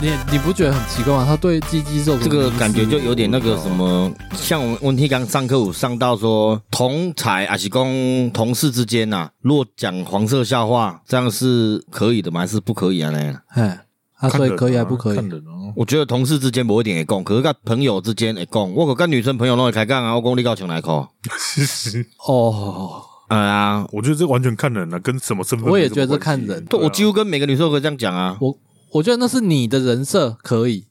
你你不觉得很奇怪吗？他对鸡鸡这种这个感觉就有点那个什么。么，像我们文天刚上课有上到说，同才啊，是公同事之间呐、啊，若讲黄色笑话，这样是可以的吗？还是不可以啊？呢？哎，啊，所以可以还不可以看？人哦，我觉得同事之间不会点会讲，可是跟朋友之间会讲，我可跟女生朋友拢会开讲啊，我讲你搞请来口， 哦，哎啊，我觉得这完全看人了、跟什么身份我也没什么觉得关系看人对啊我几乎跟每个女生都可以这样讲啊。我我觉得那是你的人设可以，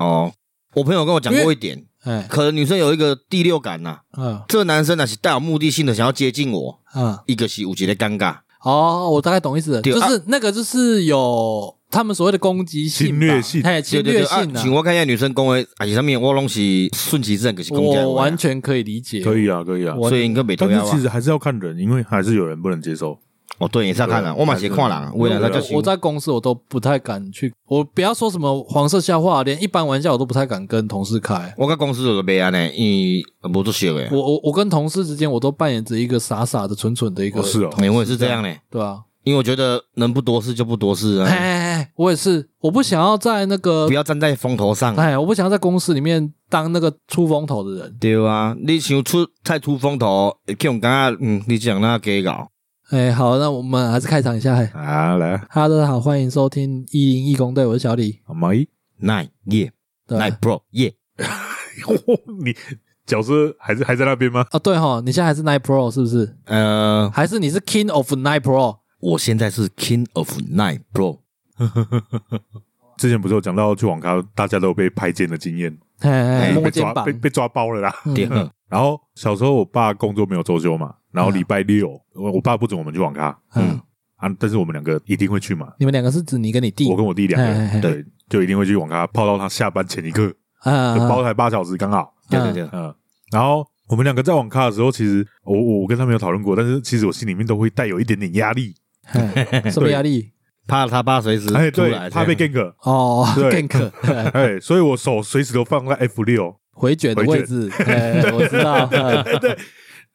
哦，我朋友跟我讲因过为一点，哎，可能女生有一个第六感呐、嗯这个男生呢、啊是带有目的性的想要接近我，嗯，一个是有觉得尴尬，哦，我大概懂意思了，对就啊是那个就是有他们所谓的攻击性吧、侵略性哎，侵略性啊，请我看一下女生公会，啊，是上面我拢是顺其自然，可是公家我完，全可以理解，可以啊，可以啊。我所以你跟北但东是要其啊，实还是要看人，因为还是有人不能接受。哦，对，也是要看对人，啊我嘛是看人，为了他对就啊是我在公司我都不太敢去，我不要说什么黄色笑话，连一般玩笑我都不太敢跟同事开。我跟公司有个备案呢，因为无做熟诶我，我我跟同事之间我都扮演着一个傻傻的、蠢蠢的一个哦，是同，哦，哎我也是这样呢，对啊，因为我觉得能不多事就不多事哎啊，哎，哎我也是，我不想要在那个不要站在风头上。哎，我不想要在公司里面当那个出风头的人。对啊，你想出太出风头，会叫人感觉嗯，你讲那给搞哎，好，那我们还是开场一下。嗨啊，来啊，哈喽，大家好，欢迎收听一零义工队，我是小李。阿妈一， ，nine yeah 对吧 nine bro yeah， 你角色还是还在那边吗？啊，对哈，你现在还是 Nine Pro 是不是？呃，还是你是 King of Nine Pro？我现在是 king of nine bro，之前不是有讲到去网咖，大家都有被拍肩的经验，哎哎，哎摸被肩抓膀被，被抓包了啦。嗯对呵然后小时候我爸工作没有周休嘛，然后礼拜六我我爸不准我们去网咖嗯，啊，但是我们两个一定会去嘛，你们两个是指你跟你弟我跟我弟两个哎哎哎人对，就一定会去网咖泡到他下班前一刻，啊就包台八小时刚好，对对对，嗯，然后我们两个在网咖的时候，其实我我我跟他没有讨论过，但是其实我心里面都会带有一点点压力，哎什么压力？怕他爸随时哎，出对来，，怕被 gank，哦，对更 可哎，所以我手随时都放在 F 六，回卷的位置，哎我知道， 哎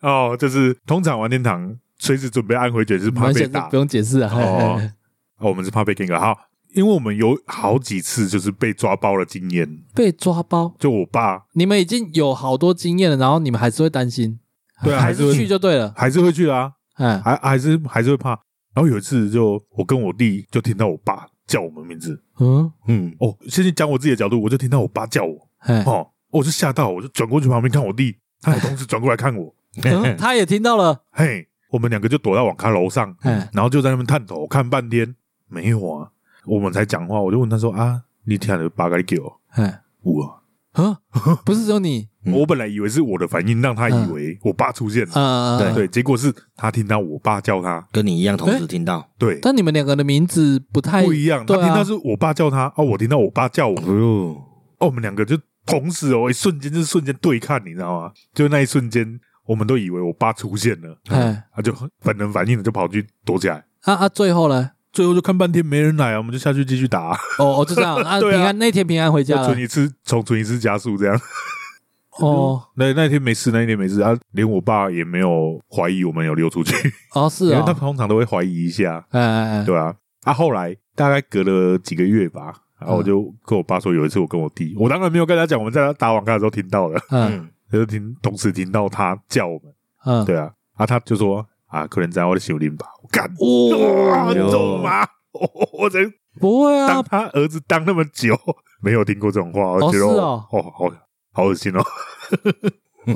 哦，就是通常玩天堂随时准备按回卷是怕完被全是打不，用解 释啊。哎哦哎哦，我们是怕被 gank，好，因为我们有好几次就是被抓包的经验，被抓包，就我爸你们已经有好多经验了，然后你们还是会担心，对 啊还还是是会去就对了，还是会去啊，哎，还还是还是会怕。然后有一次就我跟我弟就听到我爸叫我们名字，嗯，嗯，哦，先讲我自己的角度，我就听到我爸叫我，哎， 哦，我就吓到，我就转过去旁边看我弟，他有同事转过来看我，哎嗯他也听到了，嘿，我们两个就躲到网咖楼上，嗯然后就在那边探头看半天，没有啊，我们才讲话，我就问他说啊，你听了八个给我，哎，我、 嗯，不是只有你，嗯我本来以为是我的反应让他以为我爸出现了，呃，对对，结果是他听到我爸叫他， 跟你一样同时听到，对，但你们两个的名字不太不一样，他对听到啊，是我爸叫他，哦，我听到我爸叫我，哦，哦，我们两个就同时哦，一瞬间就是瞬间对看，你知道吗？就那一瞬间，我们都以为我爸出现了，哎，他就本能反应的就跑去躲起来，啊啊，最后呢？最后就看半天没人来啊，我们就下去继续打、 哦，哦，就这样，啊， 对啊平安那天平安回就家了存，一次，重存一次加速这样。哦， 那那一天没事，那一天没事啊，连我爸也没有怀疑我们有溜出去，哦，是 因为啊他，通常都会怀疑一下，哎哎，哎对啊。啊，后来大概隔了几个月吧，然后我嗯就跟我爸说，有一次我跟我弟，我当然没有跟他讲，我们在他打网咖的时候 听到了，嗯嗯，就是听同时听到他叫我们，嗯，对啊，啊，他就说啊，可能在我的修林吧，我干，哇，哦，走吗？ 我真不会啊当，他儿子当那么久， 没有听过这种话，我觉得是哦哦，好好恶心哦。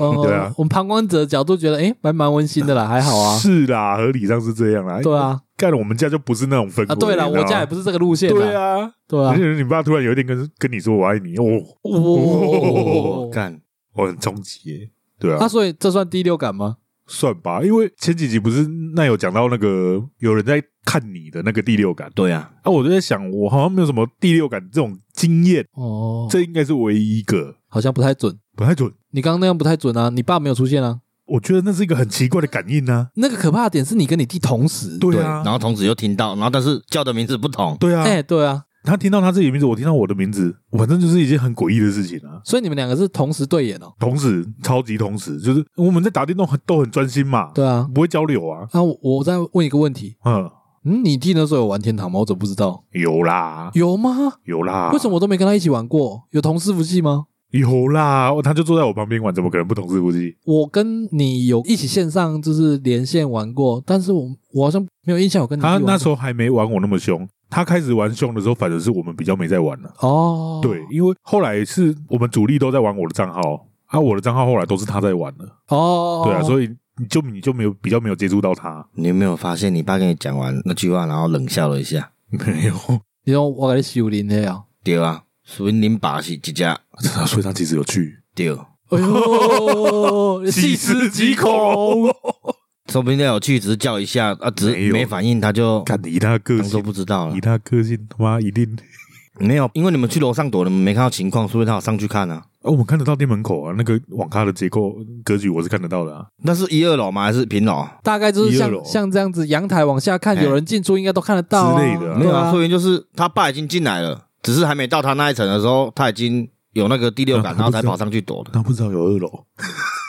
哦对啊我们旁观者的角度觉得，诶，蛮蛮温馨的啦，还好啊， 是啦，合理上是这样啦。哎对啊，干我们家就不是那种氛围啊，对了，我家也不是这个路线是啦，对啊，对啊而，且你爸突然有一天跟跟你说我爱你，哦，哦，嗯干，我很冲击耶。对那啊，所以这算第六感吗？算吧，因为前几集不是那有讲到那个有人在看你的那个第六感对啊，啊，我就在想，我好像没有什么第六感这种经验，哦，这应该是唯一一个好像不太准。啊不太准。你刚刚那样不太准啊，你爸没有出现啊。我觉得那是一个很奇怪的感应啊。那个可怕的点是你跟你弟同时，对啊，然后同时又听到，然后但是叫的名字不同，对啊，哎、对啊，他听到他自己的名字，我听到我的名字，反正就是一件很诡异的事情啊。所以你们两个是同时对眼哦。同时，超级同时，就是我们在打电动很都很专心嘛，对啊，不会交流啊。那、我我再问一个问题，嗯，嗯，你弟那时候有玩天堂吗？我怎么不知道？有啦，有吗？有啦，为什么我都没跟他一起玩过？有同伺服器吗？有啦？他就坐在我旁边玩，怎么可能不懂伺服器？我跟你有一起线上就是连线玩过，但是我我好像没有印嗯象有啊跟你弟他玩过啊那时候还没玩我那么凶，他开始玩凶的时候，反正是我们比较没在玩了。哦，对，因为后来是我们主力都在玩我的账号，啊，我的账号后来都是他在玩了，哦，对啊，以所以你就你就没有比较没有接触到他，你有没有发现你爸跟你讲完那句话，然后冷笑了一下？没有， 你说我给你修零的呀？对啊，所以恁爸是一只所以他其实有去，对，哎 呦，细思极恐，说不定他有去只是叫一下啊，只没有没反应他就看以他的个当做性，不知道了以。他的个性，他妈一定，没有，因为你们去楼上躲，你们没看到情况，所以他有上去看啊。哦，我们看得到店门口啊，那个网咖的结构格局我是看得到的啊，那是一二楼吗？还是平楼？大概就是一二楼像像这样子，阳台往下看，哎有人进出应该都看得到啊之类的啊没有啊，啊说，明就是他爸已经进来了，只是还没到他那一层的时候，他已经有那个第 六感，啊然后才他不知道跑上去躲的。他不知道有二楼，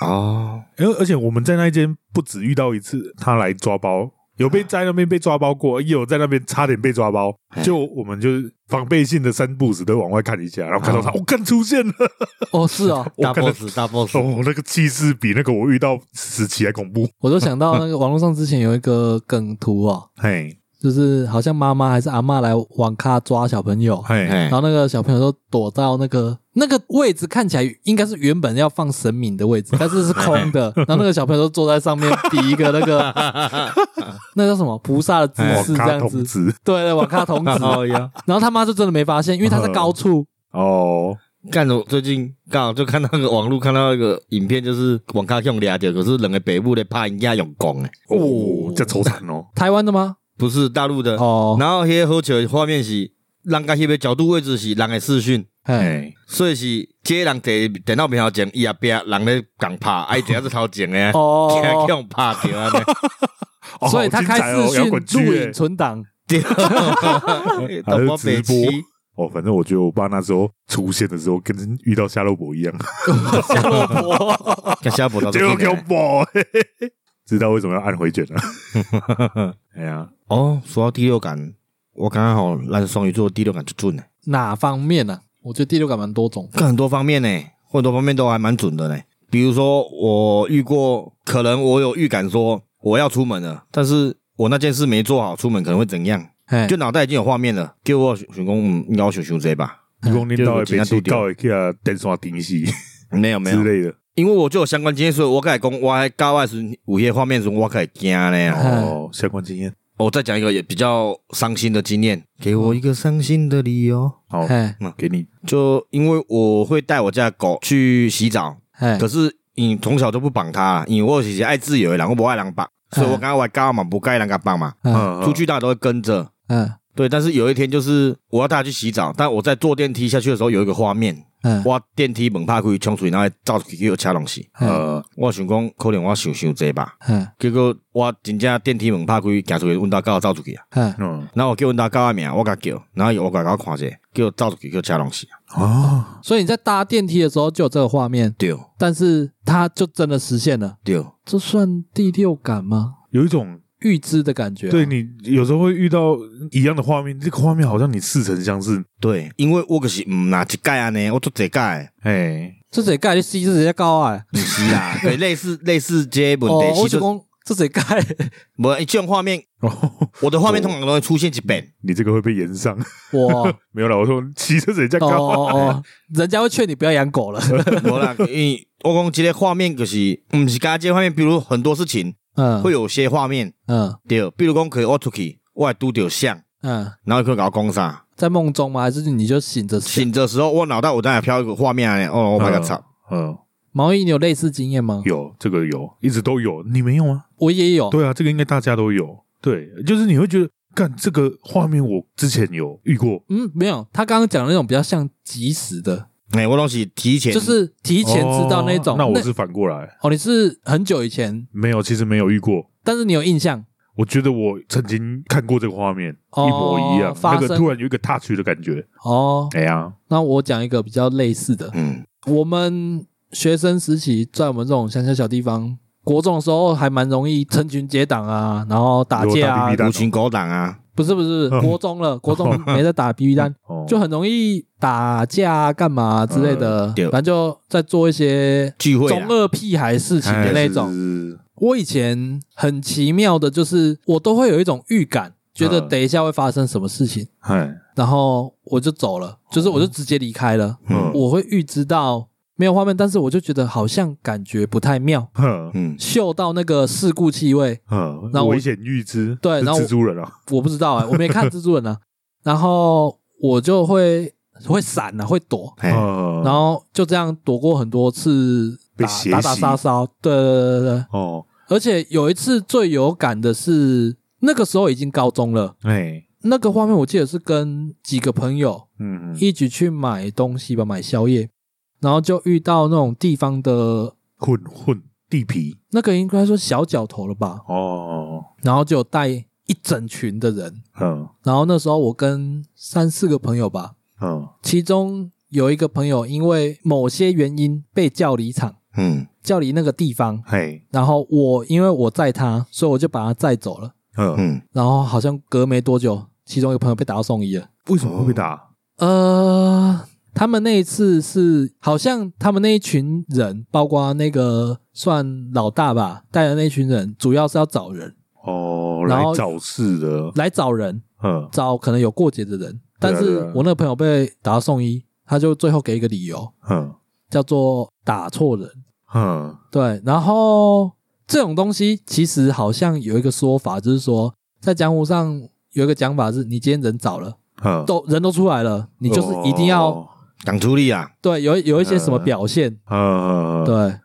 哦，而而且我们在那一间不止遇到一次，他来抓包，有被在那边被抓包过，也有在那边差点被抓包。哎就我们就是防备性的三步子都往外看一下，然后看到他，我、看出现了，哦，是哦，大我看到 boss，大 boss，哦，那个气势比那个我遇到时期还恐怖。 我就想到那个网络上之前有一个梗图哦，嘿，就是好像妈妈还是阿嬷来网咖抓小朋友，嘿，哎 然，后那个小朋友都躲到那个那个位置，看起来应该是原本要放神明的位 置，但是是空的。然后那个小朋友都坐在上面，比一个那 个那叫什么菩萨的姿网势这咖样童子，子对对，网咖童子。 哦呀，然后他妈就真的没发现，因为他在高处，哦，干我最近刚好就看到那个网络看到一个影片，就是网咖用俩掉，可是两个北部的怕人家用光诶，哦，这愁惨哦，台湾的吗？不是大陆的。哦，然后迄个好笑的画面是，人家迄个角度位置是人的视讯。哎，哎，所以是，这个人坐电脑面头前，伊也壁人咧共拍，啊伊坐在头前诶，哦惊 去互拍着啊！哦所以他好精彩开哦视讯摇滚录剧影耶存档，对， 还懂我是北直播七。哦，反正我觉得我爸那时候出现的时候，跟遇到夏洛伯 一样，夏洛伯跟下播到结这果给我边爆，嘿嘿嘿知道为什么要按回卷了？ 哎呀，哦，说到第六感，我刚刚好咱双鱼座第六感就准诶，哪方面呢？我觉得第六感蛮多种看很多方面呢，很多方面都还蛮准的呢。比如说，我遇过，可能我有预感说我要出门了，但是我那件事没做好，出门可能会怎样？哎就，脑袋已经有画面了，就我想讲，嗯，应该我想想这吧。你讲恁到就是北有市钱到去啊，登山顶死没有没有之，类的。因为我就有相关经验，所以我敢讲，我还教外时午夜画面时，我敢惊呢。哎哦，相关经验。我再讲一个也比较伤心的经验，给我一个伤心的理由。好，哎给你就因为我会带我家的狗去洗澡，哎可是你从小都不绑它，因为我其实爱自由的人，我不爱人绑，所以我嗯刚刚我教嘛，不该人家绑嘛，哎嗯出去大家都会跟着。哎对，但是有一天就是我要带它去洗澡，但我在坐电梯下去的时候有一个画面，哎我电梯门拍开冲出去，然后照出去又车东西。哎呃，我想讲，可能我想想这吧。哎结果我真正电梯门拍开，行出去，阮大狗走出去啊。哎，嗯然后我叫阮大狗的名，我甲叫，然后伊我甲我看者，叫走出去叫吃东西。啊，所以你在搭电梯的时候就有这个画面，对但是它就真的实现了，对，这算第六感吗？有一种预知的感觉、啊对，啊你有时候会遇到一样的画面，这个画面好像你似曾相识。对，因为我就是毋若一届安尼，我做一届，哎，这谁盖的西是人家高啊、毋是 啦，对类似类似这个哦问，我题，是就就讲这谁盖？无一种画面，哦，我的画面通常都会出现一遍。 你这个会被延上。 我哦没有啦，我说骑着人家哦高，哦，人家会劝你不要养狗 了。无啦，因为我讲即个画面就是，毋是讲即个画面，比如很多事情嗯，会有些画面，嗯对，比如讲可以我出去，我会拄着像，嗯，然后伊去甲我讲啥。在梦中吗？还是你就醒着想？醒着的时候，我脑袋我当然飘一个画面啊，哦，我买个操，嗯，毛衣，你有类似经验吗？有这个有，一直都有，你没有吗？我也有。对啊，这个应该大家都有。对，就是你会觉得，干这个画面我之前有遇过，嗯，没有，他刚刚讲的那种比较像及时的，哎，我拢是提前，就是提前知道那种。哦那我是反过来，哦，你是很久以前，没有，其实没有遇过。但是你有印象。我觉得我曾经看过这个画面，哦一模一样，发那生个突然有一个 touch 的感觉。哦，哎呀，那我讲一个比较类似的，嗯，我们学生时期在我们这种乡下小地方，国中的时候还蛮容易成群结党啊，然后打架如果打啊 BB 弹，五群狗党啊，不是不是，嗯国中了，国中没在打 BB 弹，哦，就很容易打架啊、干嘛之类的嗯，对反正就在做一些聚会中啊，二屁孩事情哎的那种。种，我以前很奇妙的，就是我都会有一种预感，觉得等一下会发生什么事情，哎，然后我就走了，就是我就直接离开了。嗯我会预知到没有画面，但是我就觉得好像感觉不太妙，哼嗯，嗅到那个事故气味，哼然后我危险预知，对是然后我蜘蛛人啊，我不知道哎、我没看蜘蛛人啊，然后我就会会闪啊，会躲，嘿，嗯然后就这样躲过很多次被打血打打洗杀杀，对对对对对，哦，而且有一次最有感的是那个时候已经高中了。哎，那个画面我记得是跟几个朋友嗯，一起去买东西吧，买宵夜，然后就遇到那种地方的混混地皮，那个应该说小角头了吧，哦，然后就有带一整群的人，嗯然后那时候我跟三四个朋友吧，嗯，其中有一个朋友因为某些原因被叫离场，嗯，叫离那个地方，嘿，然后我因为我载他，所以我就把他载走了，嗯，嗯，然后好像隔没多久，其中一个朋友被打到送医了，为什么会被打？呃。他们那一次是好像他们那一群人，包括那个算老大吧，带的那一群人，主要是要找人哦，然来后找事的，来找人，嗯，找可能有过节的人，但对是啊对啊我那个朋友被打到送医，他就最后给一个理由，嗯叫做打错人。嗯，对，然后这种东西其实好像有一个说法，就是说在江湖上有一个讲法是，你今天人找了，嗯，都人都出来了，你就是一定要、哦，党出力啊，对有有一些什么表现，嗯，嗯对。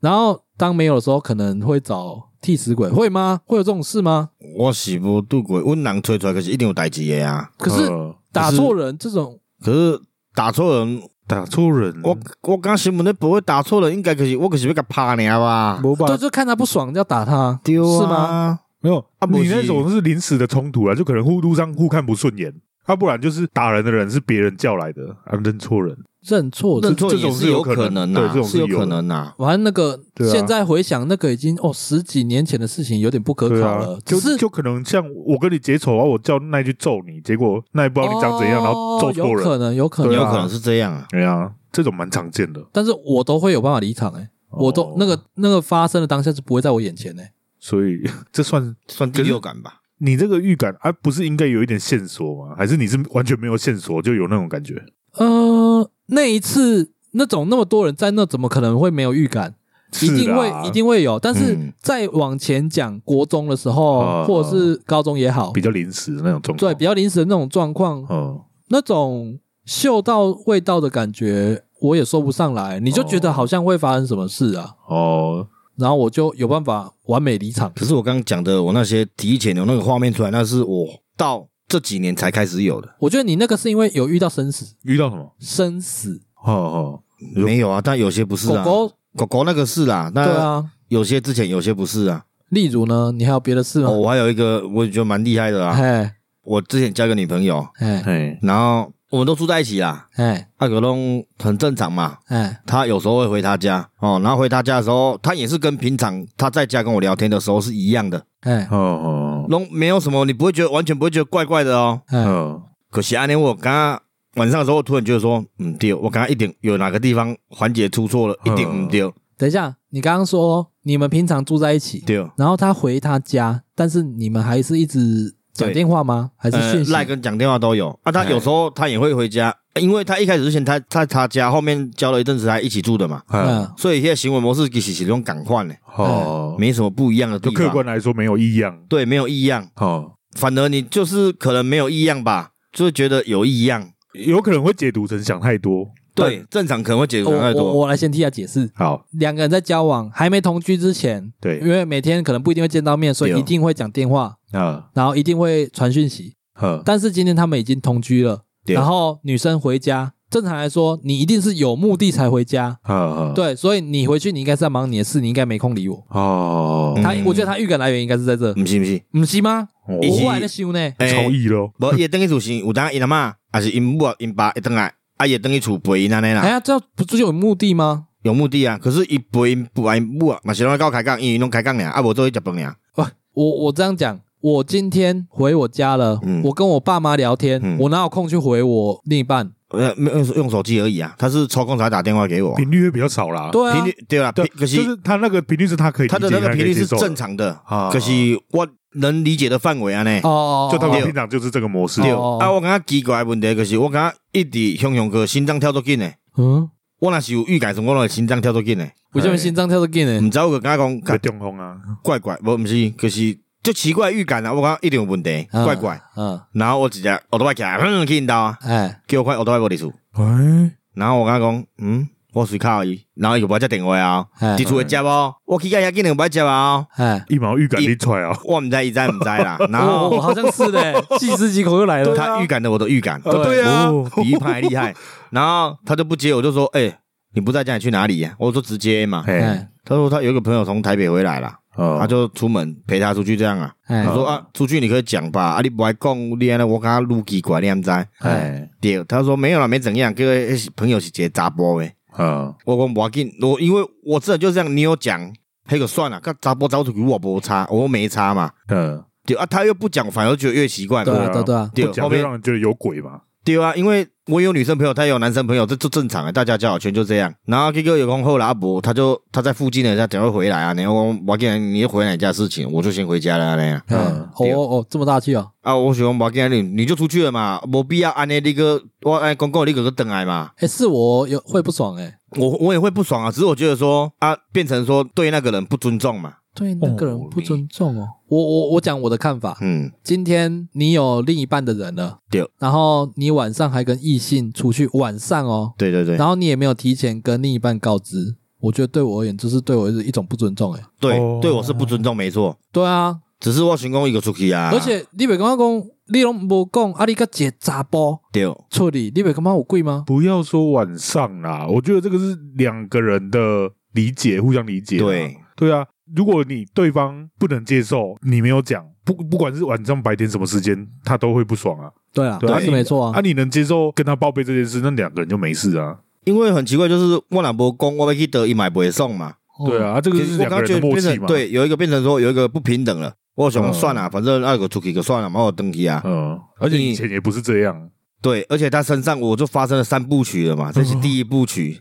然后当没有的时候，可能会找替死鬼，会吗？会有这种事吗？我是无拄过，阮人吹出来可是一定有代志的啊，可是嗯打错人这种，可是打错人，打错人，我我刚新闻咧不会打错人，应该可是我可是要甲拍尔吧，没对，办法，就看他不爽要打他，丢是吗？啊，没有啊不你是那种是临时的冲突啊，就可能互路上互看不顺眼，啊，不然就是打人的人是别人叫来的，啊，认错人，认错认人。错这也种是是有有可能可啊能呐、对这种是是有有可的能呐、完那个，对啊现在回想那个已经哦十几年前的事情，有点不可考对了。啊，只就是就可能像我跟你结仇啊，我叫那一句揍你，结果那也不知道你长怎样，然后揍哦错有可人，能，有可能，对有啊可能是这样啊。对啊，这种蛮常见的，但是我都会有办法离场哎、欸我都哦那个那个发生的当下是不会在我眼前哎、欸所以 这算算第六感吧。你这个预感啊，不是应该有一点线索吗？还是你是完全没有线索就有那种感觉？呃，那一次那种那么多人在那，怎么可能会没有预感？一是啊定啦会一定会有，但是嗯再往前讲，国中的时候，啊或者是高中也好比，较临时的那种状对况，比较临时的那种状况，嗯，那种嗅到味道的感觉，我也说不上来，你就觉得好像会发生什么事啊，哦，然后我就有办法完美离场。可是我刚刚讲的，我那些提前有那个画面出来，那是我到这几年才开始有的。我觉得你那个是因为有遇到生死，遇到什么？生死，哦哦，没有啊，但有些不是狗啊。狗，狗狗那个是啦、对那啊。有些之前有些不是啊。例如呢，你还有别的事吗？哦，我还有一个我觉得蛮厉害的啦。哎我之前交一个女朋友，哎哎，然后我们都住在一起啦，哎阿格弄很正常嘛。哎她有时候会回她家哦，然后回她家的时候，她也是跟平常她在家跟我聊天的时候是一样的，哎哦哦，拢没有什么，你不会觉得完全不会觉得怪怪的哦。哎，嗯，可是安尼，我刚刚晚上的时候，我突然觉得说，嗯，对，我刚刚一点有哪个地方环节出错了，一嗯点唔对，等一下，你刚刚说你们平常住在一起，对，然后他回他家，但是你们还是一直讲对电话吗？还是呃讯，息？赖跟讲电话都有。啊，他有时候他也会回家，因为他一开始之前他在他家，后面交了一阵子还一起住的嘛，嗯，嗯所以现在行为模式其实是种赶换的，哦，嗯没什么不一样的地就方。客观来说没有异样，对，没有异样，哦，反而你就是可能没有异样吧，就是觉得有异样。有可能会解读成想太多，对，正常可能会解我释太我多。我来先替他解释。好，两个人在交往还没同居之前，对因为每天可能不一定会见到面，所以对哦一定会讲电话，啊，然后一定会传讯息。嗯，但是今天他们已经同居了，哦对哦然后女生回家，正常来说你一定是有目的才回家，哦啊，，对，所以你回去你应该是在忙你的事，你应该没空理我。哦，他嗯我觉得他预感来源应该是在这，嗯不是不是，唔是吗？以我及后来在想呢，哎超意咯，无伊会等去厝先，有当因阿嬷，还是因母啊因爸会等来，啊伊会等去厝陪因安尼哎啦。呀，这不这就有目的吗？有目的啊。可是伊陪因不因母啊，嘛是拢甲我开讲，因为拢开讲俩，啊无做伊食饭俩。我我这样讲，我今天回我家了，嗯我跟我爸妈聊天，嗯我哪有空去回我另一半？呃，没有用用手机而已啊，他是抽空才打电话给我啊，频率会比较少啦。对啊频，率对啦，对频，可就是是他那个频率是他可以理他解，的那个可以频率是接受的正，常的，啊可是我能理解的范围啊呢哦。哦，哦就他哦们对平常就是这个模式对。哦啊，我感觉奇怪的问题，可是我感觉一直熊熊哥心脏跳足紧的，嗯，我若是有预感，什么我的心脏跳足紧的，我这边心脏跳得紧呢，毋知道我就感觉讲被较中风啊，怪怪，无毋是，可是就奇怪的预感啊，我感觉一定有问题，怪怪。嗯，嗯，然后我直接奥特曼起来，嗯，去因兜啊，哎，叫我看奥特曼无伫厝。哎，然后我甲讲，嗯，我随敲伊，然后伊就无接电话啊，哎伫，厝会接哦，我去到遐竟然无接啊，哎，一毛预感你出来啊，我毋知伊知毋知 啦。然哦，后我好像是 的，细思极恐又来了，他预感的我都预感，哦对啊比一派 厉害。然后他就不接，我就说，哎，你不在家，你去哪里呀？我说直接嘛。哎，哎他说他有一个朋友从台北回来啦，他哦，就出门陪他出去这样啊。哎我说啊，出去你可以讲吧，啊你不爱讲，你安尼我感觉录奇怪，你毋知？哎，对，他说没有啦，没怎样，各位朋友是一个查甫诶。嗯，我讲无要紧，我因为我这人就是这样，你有讲，那个算了，跟查甫走出去我无差，我没差嘛。嗯，对啊，他又不讲，反而觉得越奇怪。对啊，对对啊啊对啊，对不讲后就面让人觉得有鬼嘛，对啊，因为我有女生朋友，他也有男生朋友，这这正常的，啊大家交友圈就这样。然后 K 哥有空后来阿伯，他就他在附近的，他等会回来啊。然后我讲无要紧，你就回来你家的事情，我就先回家了啊那样。哎嗯哦哦哦，这么大气哦，啊，我喜欢无要紧，你你就出去了嘛，没必要安尼你个我安公公你个个等来嘛。哎，是我有会不爽哎，我我也会不爽啊，只是我觉得说啊，变成说对那个人不尊重嘛。对那个人不尊重哦，我我我讲我的看法，嗯，今天你有另一半的人了，对，然后你晚上还跟异性出去，晚上哦，对对对然后你也没有提前跟另一半告知，我觉得对我而言，这是对我是一种不尊重，哎，对哦对，我是不尊重，没错。对啊，只是我想讲伊个出去啊，而且你别跟我讲，你拢无讲，啊，你个姐查甫对处理，你别感觉有贵吗？不要说晚上啦，我觉得这个是两个人的理解，互相理解。对，对啊，如果你对方不能接受，你没有讲，不不管是晚上白天什么时间，他都会不爽啊。对啊，对那是没哦错啊，啊，你能接受跟他报备这件事，那两个人就没事啊。因为很奇怪，就是我若无讲，我要去得伊买不会送嘛。哦对，啊，啊这个可是我两刚刚个觉人得的默变契成嘛。，对，有一个变成说有一个不平等了。我想嗯算了，反正那个出去就算了，嘛，我登去啊。嗯，而且你以前也不是这样。对，而且他身上我就发生了三部曲了嘛，这是第一部曲，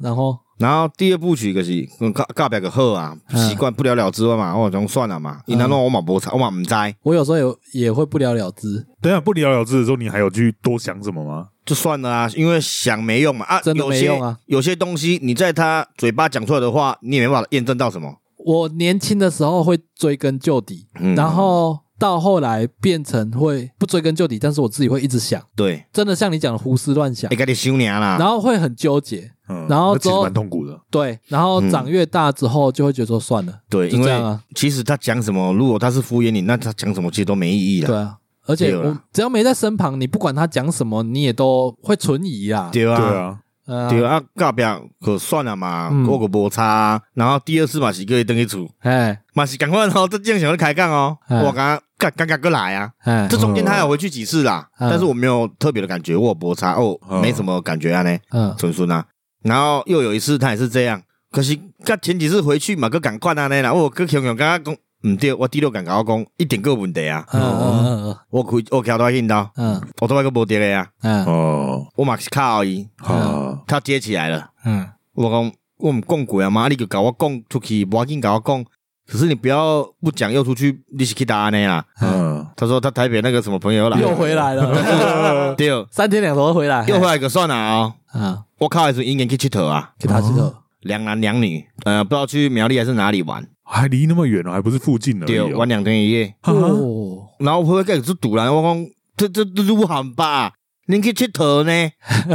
然后然后第二部曲就是嗯，告告别个好啊，嗯习惯不了了之了嘛，我想算了嘛，伊那弄我嘛无差，我嘛唔知，我有时候也也会不了了之，等一下不了了之的时候，你还有去多想什么吗？就算了啊，因为想没用嘛啊，真的有没些用啊。有些东西你在他嘴巴讲出来的话，你也没办法验证到什么。我年轻的时候会追根究底，嗯然后到后来变成会不追根究底，但是我自己会一直想，对，真的像你讲的胡思乱想会，给你修娘啦。嗯然后会很纠结，嗯，然后那其之实后蛮痛苦的。对，然后长越大之后就会觉得说算了，对，就因这为样啊其实他讲什么，如果他是敷衍你，那他讲什么其实都没意义对了。啊，而且对啦我只要没在身旁，你不管他讲什么，你也都会存疑啊，对对啊，啊，嗯对，啊，告别可算了嘛，嗯我个无差啊。然后第二次嘛是可以登去厝，哎嘛是赶快哦，这正想要开杠哦，嗯我刚刚刚刚过来啊。哎这，中间他有回去几次啦，嗯但是我没有特别的感觉，我摩擦哦，嗯没什么感觉啊呢，嗯，纯纯啊。然后又有一次他也是这样，可是甲前几次回去嘛，佮赶快啊呢啦，我佮强强刚刚讲，唔对，我第六感甲我讲一点个问题啊，嗯嗯我开我桥到引导，嗯我都外个无跌个啊，嗯嗯哦，我嘛是靠伊，啊，他接起来了，嗯，我讲我唔讲过啊嘛，你就甲我讲出去，无要紧甲我讲，可是你不要不讲又出去，你是去打安尼啦。嗯，他说他台北那个什么朋友来，又回来了， 对，三天两头都回来，又回来个算了啊、哦。啊，我靠，还是应该去佚佗啊，给他知道，两男两女，呃，不知道去苗栗还是哪里玩，还离那么远哦，还不是附近而哎已对，哦。玩两天一夜。啊哦，然后我会开始堵然，我讲这这这入行吧，恁去佚 佗呢？恁去佚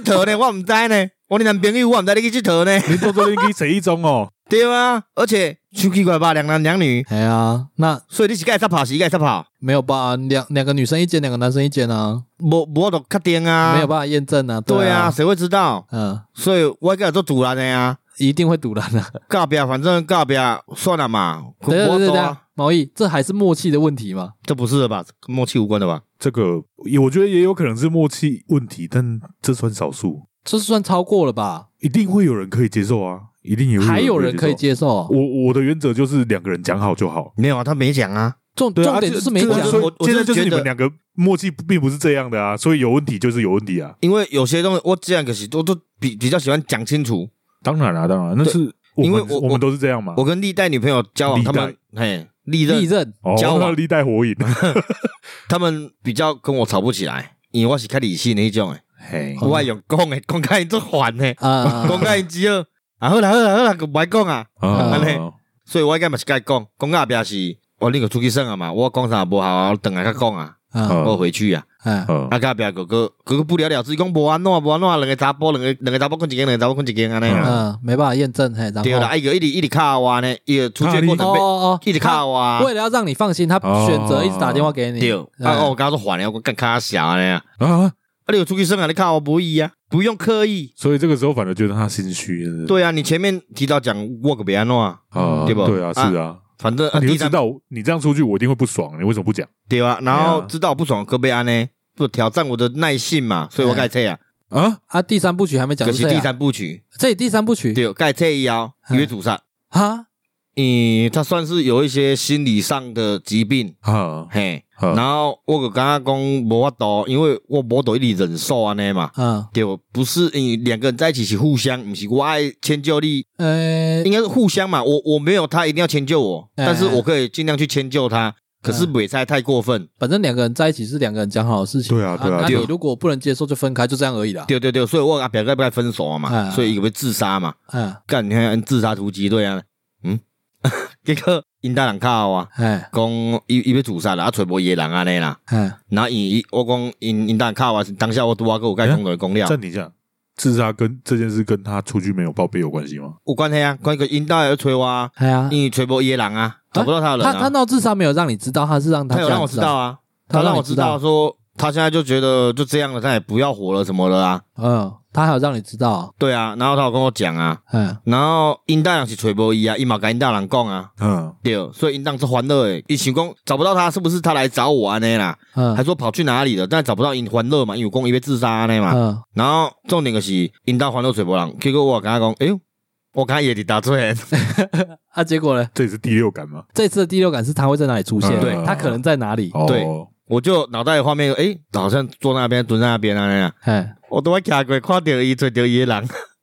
佗呢？我唔知呢，我你男朋友我唔知你去佚佗呢，你多多你可以谁一中哦？ 对啊，而且手奇怪吧，两男两女，哎呀，那所以你是该撒跑是该撒跑，没有吧？两两个女生一间，两个男生一间啊，无无都确定啊，没有办法验证啊，对啊，啊，谁会知道？嗯，所以我该做堵然的 呀，一定会堵拦的。告别反正告别算了嘛，对对我对走对啊，，毛毅，这还是默契的问题嘛？这不是的吧？跟默契无关的吧？这个也我觉得也有可能是默契问题，但这算少数。这算超过了吧？一定会有人可以接受啊，一定也会还有人人可以。接受啊？我我的原则就是两个人讲好就好。没有啊，他没讲啊，重对重啊，点就是没这讲这啊个所以啊，说现在就是我就是觉你得们两个默契并不是这样的啊，所以有问题就是有问题啊。因为有些东西我这样可是我都比比较喜欢讲清楚。当然啦，当然，那对是我因为们我我们都是这样嘛。我跟历代女朋友交往，历他代们嘿历利任刃哦，交往那 历 代火影，他们比较跟我吵不起来，因为我是较理性的那种诶，嘿哦我爱用讲诶，讲开做烦诶， 啊，讲开只好啊好啦好啦好啦，就唔爱讲啊，哦啊安尼所以我应该嘛是该讲，讲到后壁是，我恁个出去耍啊嘛，我讲啥无效啊，我等下较讲啊，啊嗯我回去啊，啊，嗯啊到后壁个个个个不了了之，讲无安怎无安怎，两个查甫两个两个查甫困一间，两个查甫困一间安尼啊，嗯，没办法验证，嘿，然后对啦，啊伊就一直一直卡我呢，伊就出去过哦程被哦哦，一直卡我啊哦他，为了要让你放心，他选择一直打电话给你，对，啊嗯我刚说烦了，我干卡小安尼啊。啊，啊，你有出去生啊？你看我不易啊，不用刻意。所以这个时候反而觉得他心虚，是不是对啊，你前面提到讲 work 别安弄啊，啊，对吧对啊，是啊，反正那啊，你第就知三道你这样出去我一定会不爽，你为什么不讲对啊，然后对啊知道我不爽可被安呢，不挑战我的耐性嘛，所以我嗯改退啊，啊？啊，第三部曲还没讲可是是谁啊，第三部曲，这里第三部曲，对，改退以后嗯约主上，哈，嗯，他算是有一些心理上的疾病，啊，嘿，啊然后我就刚刚讲无法度，因为我无度一直忍受安尼嘛。嗯，对，不是你两个人在一起是互相，不是我爱迁就你，呃应，该是互相嘛。我我没有他一定要迁就我，哎但是我可以尽量去迁就他。可是美菜太过分，反正两个人在一起是两个人讲好的事情，对啊对啊那对你如果不能接受就分开，就这样而已啦，对对对，所以我阿表该不该分手嘛？哎所以有没有自杀嘛？嗯，干，你看自杀突击队啊，嗯， 结果因大人靠啊，哎，讲伊伊要自杀啦，啊，揣无伊人安尼啦。哎，然后伊伊我讲因因大人靠啊，当下我拄啊个有甲伊讲落讲了，暂停一下，自杀跟这件事跟他出去没有报备有关系吗？有关系啊，关个因大人要催我啊，哎呀，因为揣无伊人啊，找不到他的人他他啊，闹自杀没有让你知道，他是让他家有让我人知道，啊，他他让你我知道，说他现在就觉得就这样了，他也不要活了什么了啊。嗯，他还有让你知道，对啊，然后他有跟我讲啊，嗯，然后因大人是揣无伊啊，伊嘛甲因大人讲啊，嗯，对，所以因当是欢乐诶，伊想讲找不到他，是不是他来找我安尼啦？嗯，还说跑去哪里了？但找不到因欢乐嘛，因为讲伊要自杀安尼嘛。嗯，然后重点就是因当欢乐揣无人，结果我跟他讲，哎呦，我刚也伫打醉，啊，结果呢？这也是第六感吗？这次的第六感是他会在哪里出现，嗯对他可能在哪里，哦，对我就脑袋的画面，哎，好像坐那边蹲在那边安尼啊，哎，我都要行过，看到伊揣到伊诶人，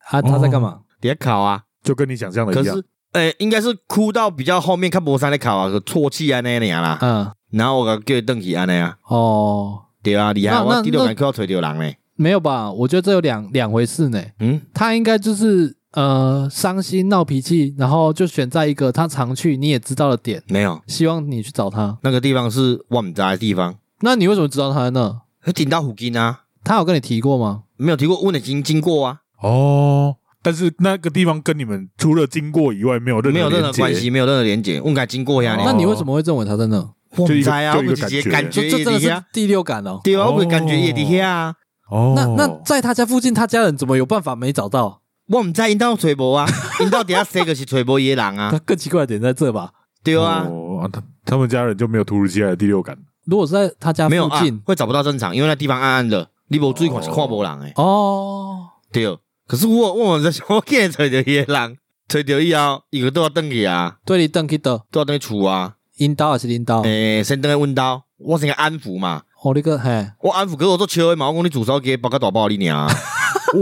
啊，他在干嘛？伫遐哭啊。就跟你想象的可一是样。，诶、应该是哭到比较后面，看无啥咧哭啊，就啜泣安尼尔啦。嗯，然后我甲叫伊转去安尼啊，哦，对啊，厉害！那我那第六眼去要找着人咧。没有吧？我觉得这有两两回事呢。嗯，他应该就是呃伤心闹脾气，然后就选在一个他常去你也知道的点，没有，希望你去找他。那个地方是我们家的地方，那你为什么知道他在那？顶到附近啊，他有跟你提过吗？没有提过，问已经经过啊，哦，但是那个地方跟你们除了经过以外，没有任何没有任何连接关系，。没有任何连接，问该经过呀、哦那你为什么会认为他在那？我就们一知个啊，就一个我直接感感觉就就觉也真的伫是遐，第六感哦。对啊，哦我们感觉也伫遐啊，哦，那那在他家附近，他家人怎么有办法没找到？我们知因到揣 无啊，因到底下谁个是揣无伊的人他啊，更奇怪的点在这吧？对啊，哦，他他们家人就没有突如其来的第 六感。如果是在他家没有附啊近，，会找不到正常，因为那地方暗暗的，你无注意看是看无人诶。哦，对，可是我我们在想，我见找着伊个人，找着以后，伊个都要转去啊，对你邓 k 的都要转去厝啊。阴刀还是阴哦刀？诶、先转去阮兜，我先给安抚嘛，我的个嘿，我安抚，可是我做笑的嘛，我讲你自首给包个大包你啊尔。很好啊，没哦，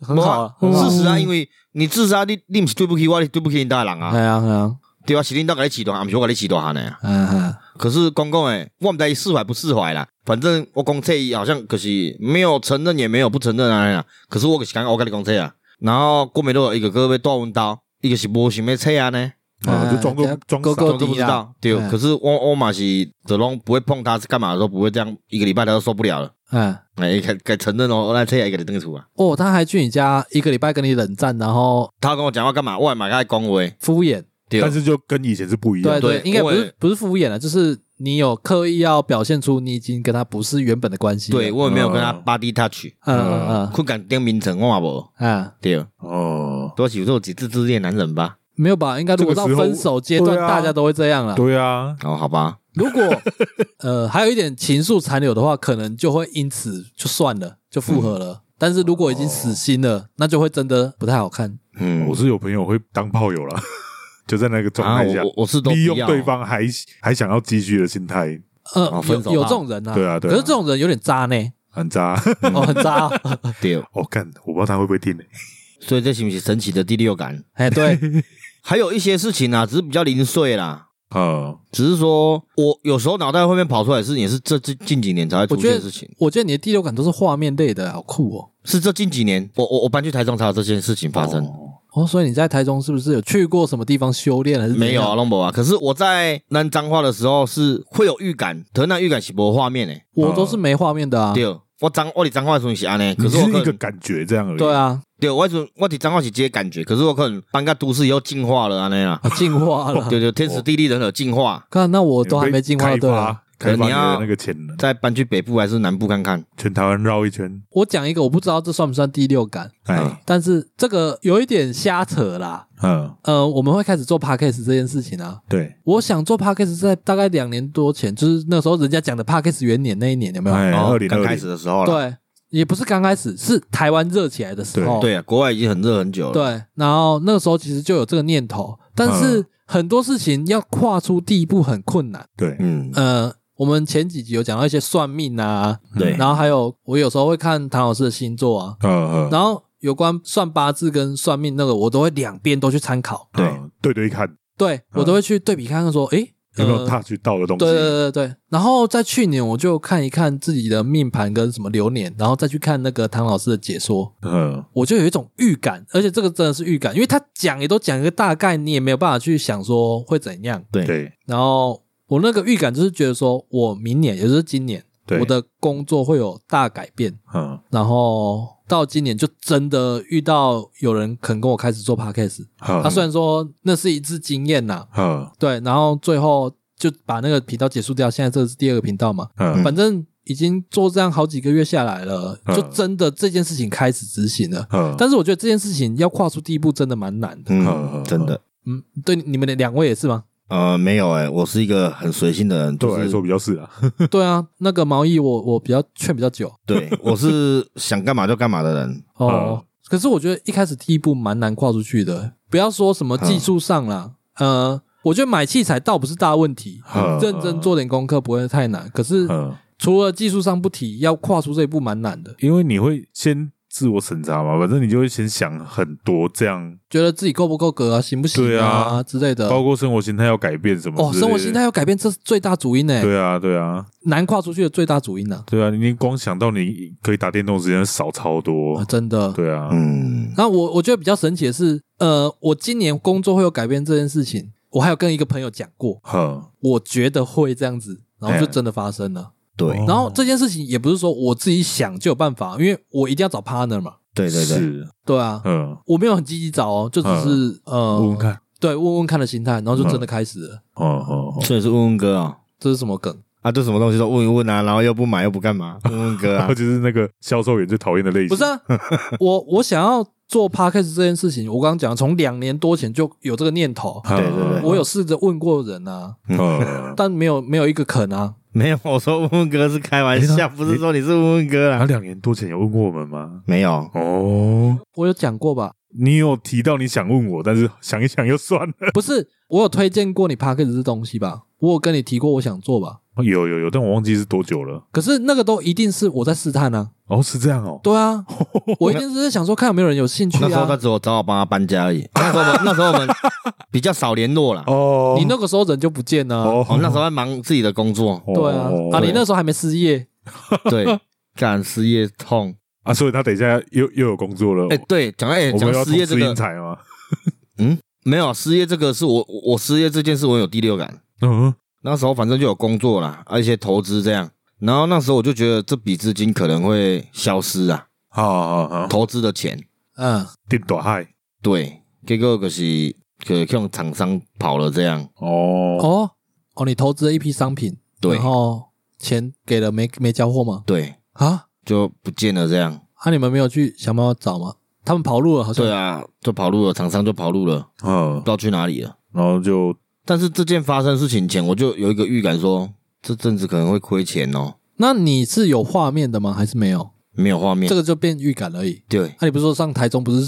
很有好啊啊。事实啊，因为你自杀，你你毋是对不起我，你对不起因大人啊哎。呀，哎呀，对啊，是恁兜甲你饲大汉，毋是我甲你饲大汉诶。哎哎，可是讲讲诶，我毋知伊释怀不释怀啦。反正我讲这伊好像可是没有承认，也没有不承认啊。可是我就是讲，我甲你讲这啊。然后过没多久，伊个哥要带阮兜，伊个是无想要册啊呢。啊就装作哎装勾傻勾我都底不知啦道，对哎。可是我我嘛是子龙不会碰他是干嘛的时候不会这样，一个礼拜他都受不了了。哎。哎，该该承认哦，我来车也给你登出啊。哦，他还去你家一个礼拜跟你冷战，然后他跟我讲话干嘛？我也买开恭维，敷衍。对但是就跟以前是不一样对的。对，对应该不我是也不是敷衍了，啊就是你有刻意要表现出你已经跟他不是原本的关系了。对我也没有跟他嗯 body touch，嗯啊嗯困敢顶名城我也无，嗯嗯，对，哦，多少有几自自恋男人吧？没有吧？应该如果这到个时候分手阶段，对啊大家都会这样了。对啊，哦，好吧，如果嗯呃还有一点情愫残留的话，可能就会因此就算了，就复合了。但是如果已经死心哦了，那就会真的不太好看。嗯我是有朋友会当炮友啦， 就在那个状啊，态下我，我我是都不利用要对方还还想要积蓄的心态，呃，哦分有手有吧这种人啊，对啊对啊可是这种人有点渣呢，很渣。 嗯哦，很渣哦， 对，我干，我不知道他会不会听呢？所以这是不是神奇的第六感？哎，对，还有一些事情啊，只是比较零碎啦，啊，只是说我有时候脑袋后面跑出来的事情，也是这这近几年才会我出觉现得的事情，我觉得你的第六感都是画面类的，好酷哦。是这近几年，我我我搬去台中才有这件事情发生。哦哦，所以你在台中是不是有去过什么地方修炼还是怎样没有啊，？龙博啊！可是我在南彰化的时候是会有预感，可那预感是无画面诶、我都是没画面的啊。对，我彰我伫彰化的时候是安尼，可是你我是可一个能感觉这样而已。对，啊，对，我迄阵我伫彰化是这个感觉，可是我可能搬到都市以后进化了安尼 啦。啊进化 了。对对，天时地利人和进化，看，那我都还没进化开对啊。发开可能发你你的要那个潜能，再搬去北部还是南部看看。全台湾绕一圈。我讲一个，我不知道这算不算第六感，哎，但是这个有一点瞎扯啦。嗯，呃，我们会开始做 podcast 这件事情啊。对，我想做 podcast 是在大概两年多前，就是那时候人家讲的 podcast 元年那一年，有没有？哎，然后二零哦刚二开零始的时候啦，对，也不是刚开始，是台湾热起来的时候。对啊，国外已经很热很久了。对，然后那个时候其实就有这个念头，但是嗯很多事情要跨出第一步很困难。对，嗯，呃，我们前几集有讲到一些算命啊，对然后还有我有时候会看唐老师的星座啊，嗯嗯，然后有关算八字跟算命那个，我都会两边都去参考，对嗯对对看对我都会去对比看看说，诶，有没有呃 touch 到的东西？对对对对对，然后在去年我就看一看自己的命盘跟什么流年，然后再去看那个唐老师的解说，嗯，我就有一种预感，而且这个真的是预感，因为他讲也都讲一个大概，你也没有办法去想说会怎样。对，对然后我那个预感就是觉得说，我明年也就是今年，对，我的工作会有大改变。嗯然后到今年就真的遇到有人肯跟我开始做 podcast，好，他虽然说那是一次经验呐，嗯对，然后最后就把那个频道结束掉，现在这个是第二个频道嘛，嗯反正已经做这样好几个月下来了，嗯就真的这件事情开始执行了。嗯，但是我觉得这件事情要跨出第一步真的蛮难的。嗯，真的。嗯，对，你们的两位也 是吗？呃，没有诶、我是一个很随性的人，对就我来是说比较是啊，对啊，那个毛毅我我比较劝比较久对我是想干嘛就干嘛的人。哦嗯。可是我觉得一开始第一步蛮难跨出去的，不要说什么技术上啦，呃，我觉得买器材倒不是大问题，嗯认真做点功课不会太难。可是嗯，除了技术上不提，要跨出这一步蛮难的，因为你会先自我审查嘛，反正你就会先想很多，这样觉得自己够不够格啊，行不行对啊啊之类的。包括生活形态要改变什么哦，之类的生活心态要改变，这是最大主因呢、欸对啊，对啊，难跨出去的最大主因呢、对啊，你光想到你可以打电动时间少超啊，多，真的。对啊，嗯，那我我觉得比较神奇的是，呃，我今年工作会有改变这件事情，我还有跟一个朋友讲过，哼，我觉得会这样子，然后就哎真的发生了。对哦然后这件事情也不是说我自己想就有办法，因为我一定要找 partner 嘛，对对对，是，对啊，嗯，我没有很积极找哦，就只是呃，问问看，对，问问看的心态，然后就真的开始了。哦哦哦，所以是问问哥啊、这是什么梗？啊，对什么东西都问一问啊，然后又不买又不干嘛，问问哥啊 然后，就是那个销售员最讨厌的类型，不是啊， 我我想要做 podcast 这件事情，我刚刚讲从两年多前就有这个念头，哼，对对对我有试着问过人啊，嗯， 但没有没有一个肯啊。没有，我说问问哥是开玩没笑，呢不是说你是问问哥他啦，啊两年多前有问过我们吗？没有，哦，我有讲过吧？你有提到你想问我，但是想一想又算了。不是，我有推荐过你 p a c k a g e 这东西吧？我有跟你提过我想做吧？有有有，但我忘记是多久了。可是那个都一定是我在试探啊。哦，是这样哦。对 啊，我一定是在想说看有没有人有兴趣那时候他啊。只有找我帮他搬家而 已，那时候我们那时候我们比较少联络啦。哦，你那个时候人就不见了啊、哦哦，那时候在忙自己的工作，对啊，啊，你那时候还没失业，对，干失业痛，啊，所以他等一下又又有工作了。哎，对，讲到哎，哦我讲们要失业这同时个英，才吗？没有失业这个是我我我失业这件事我有第六感，嗯，那时候反正就有工作啦，而且投资这样，然后那时候我就觉得这笔资金可能会消失啊，好好好，投资的钱，嗯，电短害对，结果就是可用厂商跑了这样，哦，哦哦，你投资了一批商品，对然后钱给了没没交货吗？对，啊，就不见了这样。啊，你们没有去想办法找吗？他们跑路了，好像对啊，就跑路了，厂商就跑路了，嗯不知，道去哪里了。然后就但是这件发生事情前，我就有一个预感说，这阵子可能会亏钱哦。那你是有画面的吗？还是没有？没有画面这。个就变预感而已。啊对，那、你不是说上台中不是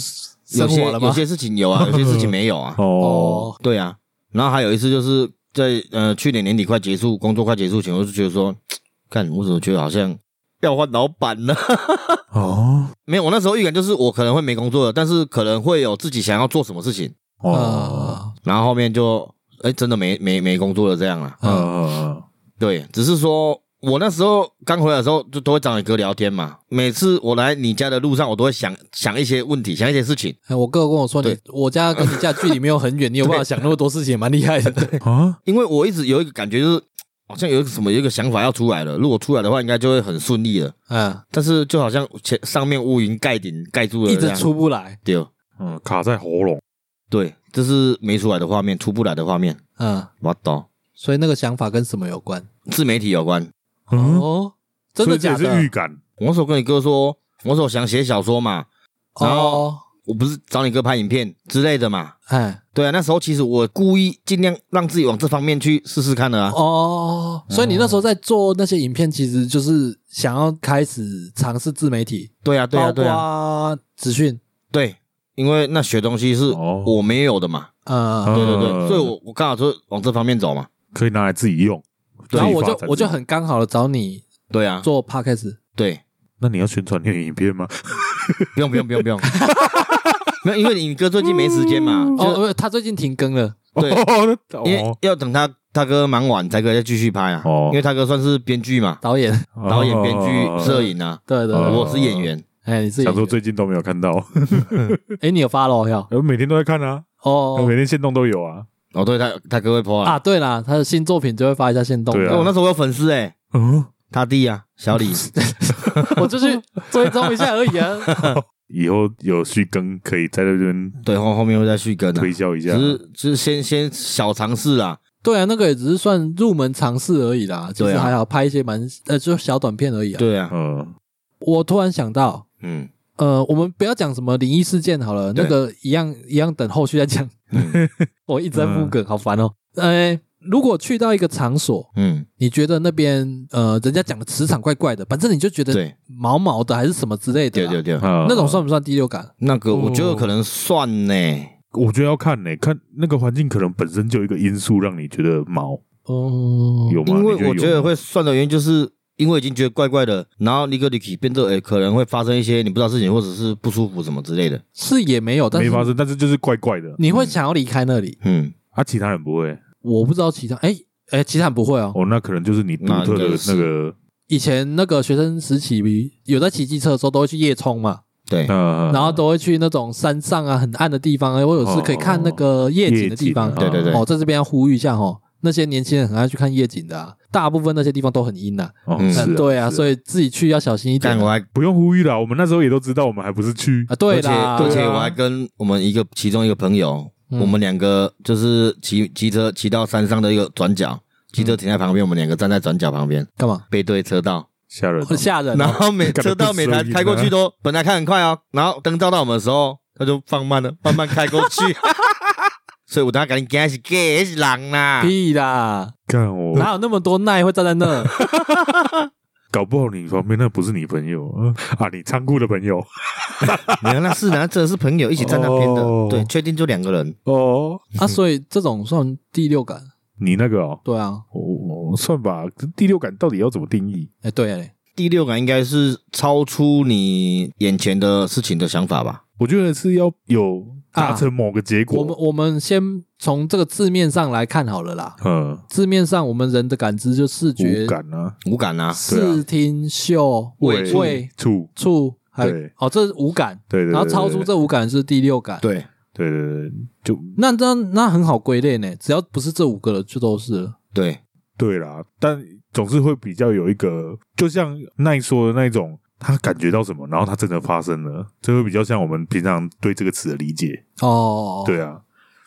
有生些活了有吗？些事情有 啊，有些事情没有啊。哦，哦，对啊，然后还有一次就是在呃去年年底快结束，工作快结束前，我就觉得说，看我怎么觉得好像要换老板了。哦， 没有，我那时候预感就是我可能会没工作了，但是可能会有自己想要做什么事情，哦，啊，然后后面就哎真的没没没工作了这样啊啦。嗯，呃，对，只是说我那时候刚回来的时候，就都会找你哥聊天嘛。每次我来你家的路上，我都会想想一些问题，想一些事情。哎我哥跟我说，你对我家跟你家距离没有很远，你有办法想那么多事情，也蛮厉 害的。啊，因为我一直有一个感觉，就是好像有一个什么有一个想法要出来了。如果出来的话，应该就会很顺利了。嗯，但是就好像前上面乌云盖顶盖住了一这直样，出不来。对嗯，卡在喉咙，对，这是没出来的画面，出不来的画面。嗯，我懂，所以那个想法跟什么有关？自媒体有关。嗯，哦，真的所以这假也的是？预感，我那时候跟你哥说，我那时候想写小说嘛，然后哦，我不是找你哥拍影片之类的嘛。哎，对啊，那时候其实我故意尽量让自己往这方面去试试看的啊。哦，所以你那时候在做那些影片，其实就是想要开始尝试自媒体，对啊，对啊，包对啊，括资讯，对，因为那学东西是哦我没有的嘛。呃，对对对，嗯所以我我刚好就往这方面走嘛。可以拿来自己用，然后我自己就发展我就，很刚好的找你对啊，做 podcast，对，那你要宣传你的影片吗？不用不用不用 不用，没有，因为你哥最近没时间嘛，嗯哦，就不他最近停更了，对因为哦，要等他他哥忙完才可以再继续拍啊。哦因为他哥算是编剧嘛，导演， 导演、编剧、摄影啊，对对哦对，我是演员。哎，你自己想说最近都没有看到，哎，你有发了要我每天都在看啊，我哦每天现动都有啊。哦，对他他哥会 po 啊啊，，对啦，他的新作品就会发一下现动，对哎啊我那时候有粉丝哎，嗯，他弟啊，小 李，我就去追踪一下而已啊。以后有续更可以在那边对后后面会再续更啊的推，销一只下。是只是先先小尝试啊，对啊，那个也只是算入门尝试而已啦，其对实啊还好，拍一些蛮呃，就小短片而已啊。对啊，嗯，我突然想到，嗯，呃，我们不要讲什么灵异事件好了，对那个一样一样，等后续再讲。嗯我一直在复梗，好烦哦。呃，如果去到一个场所， 嗯，你觉得那边呃，人家讲的磁场怪怪的，反正你就觉得对毛毛的还是什么之类的对啊啦，对对，那那种算不算第六感？那个我觉得哦可能算呢，我觉得要看呢、看那个环境可能本身就有一个因素让你觉得毛哦，有吗？因你为有我觉得吗会算的原因就是。因为已经觉得怪怪的，然后你个 Licky 变得诶、可能会发生一些你不知道事情，或者是不舒服什么之类的。是也没有，但没是发生，但是就是怪怪的。你会想要离开那里。嗯，啊，其他人不会我不知道其他，哎哎，其他人不会哦。哦，那可能就是你独特那应的该是那个以前那个学生时期有在骑机车的时候，都会去夜冲嘛，对，呃，然后都会去那种山上啊很暗的地方啊，或者是可以看那个夜景的地方夜。景对对对哦，在这边要呼吁一下哦，那些年轻人很爱去看夜景的、啊，大部分那些地方都很阴呐、哦嗯是嗯，对啊，所以以自己去要小心一点但我啊。还不用呼吁啦。我们那时候也都知道，我们还不是去啊，对啦，而且而且对啊我还跟我们一个其中一个朋友，嗯我们两个就是骑骑车骑到山上的一个转角，骑车停在旁边，我们两个站在转角旁边干嘛？背对车道，吓人哦、很吓人、然哦。后每干得车道每台不顺开过去眼都本来开很快哦，然后灯照到我们的时候，他就放慢了，慢慢开过 去。所以我当时赶紧惊是 gay 是狼啊啦，屁啦！干我，哪有那么多耐会站在那？搞不好你旁边那不是你朋友嗯啊，你仓库的朋友没有那是啊，真的是朋友一起站那边的哦，对，确定就两个人。哦，啊，所以这种算第六感。你那个哦，对啊，我、哦、算吧。第六感到底要怎么定义？哎、对、欸，第六感应该是超出你眼前的事情的想法吧？我觉得是要有达成某个结果。啊我们我们先从这个字面上来看好了啦。嗯，字面上，我们人的感知就视觉五、感啊，无感啊，视听、嗅、味味、触，触，还对哦，这是五感。对对对，然后超出对这五感是第六感。，对对对对，就那那那很好归类呢，只要不是这五个了，就都是了。对，对啦，但总是会比较有一个，就像奈说的那种，他感觉到什么，然后他真的发生了，这会比较像我们平常对这个词的理解。哦，对啊，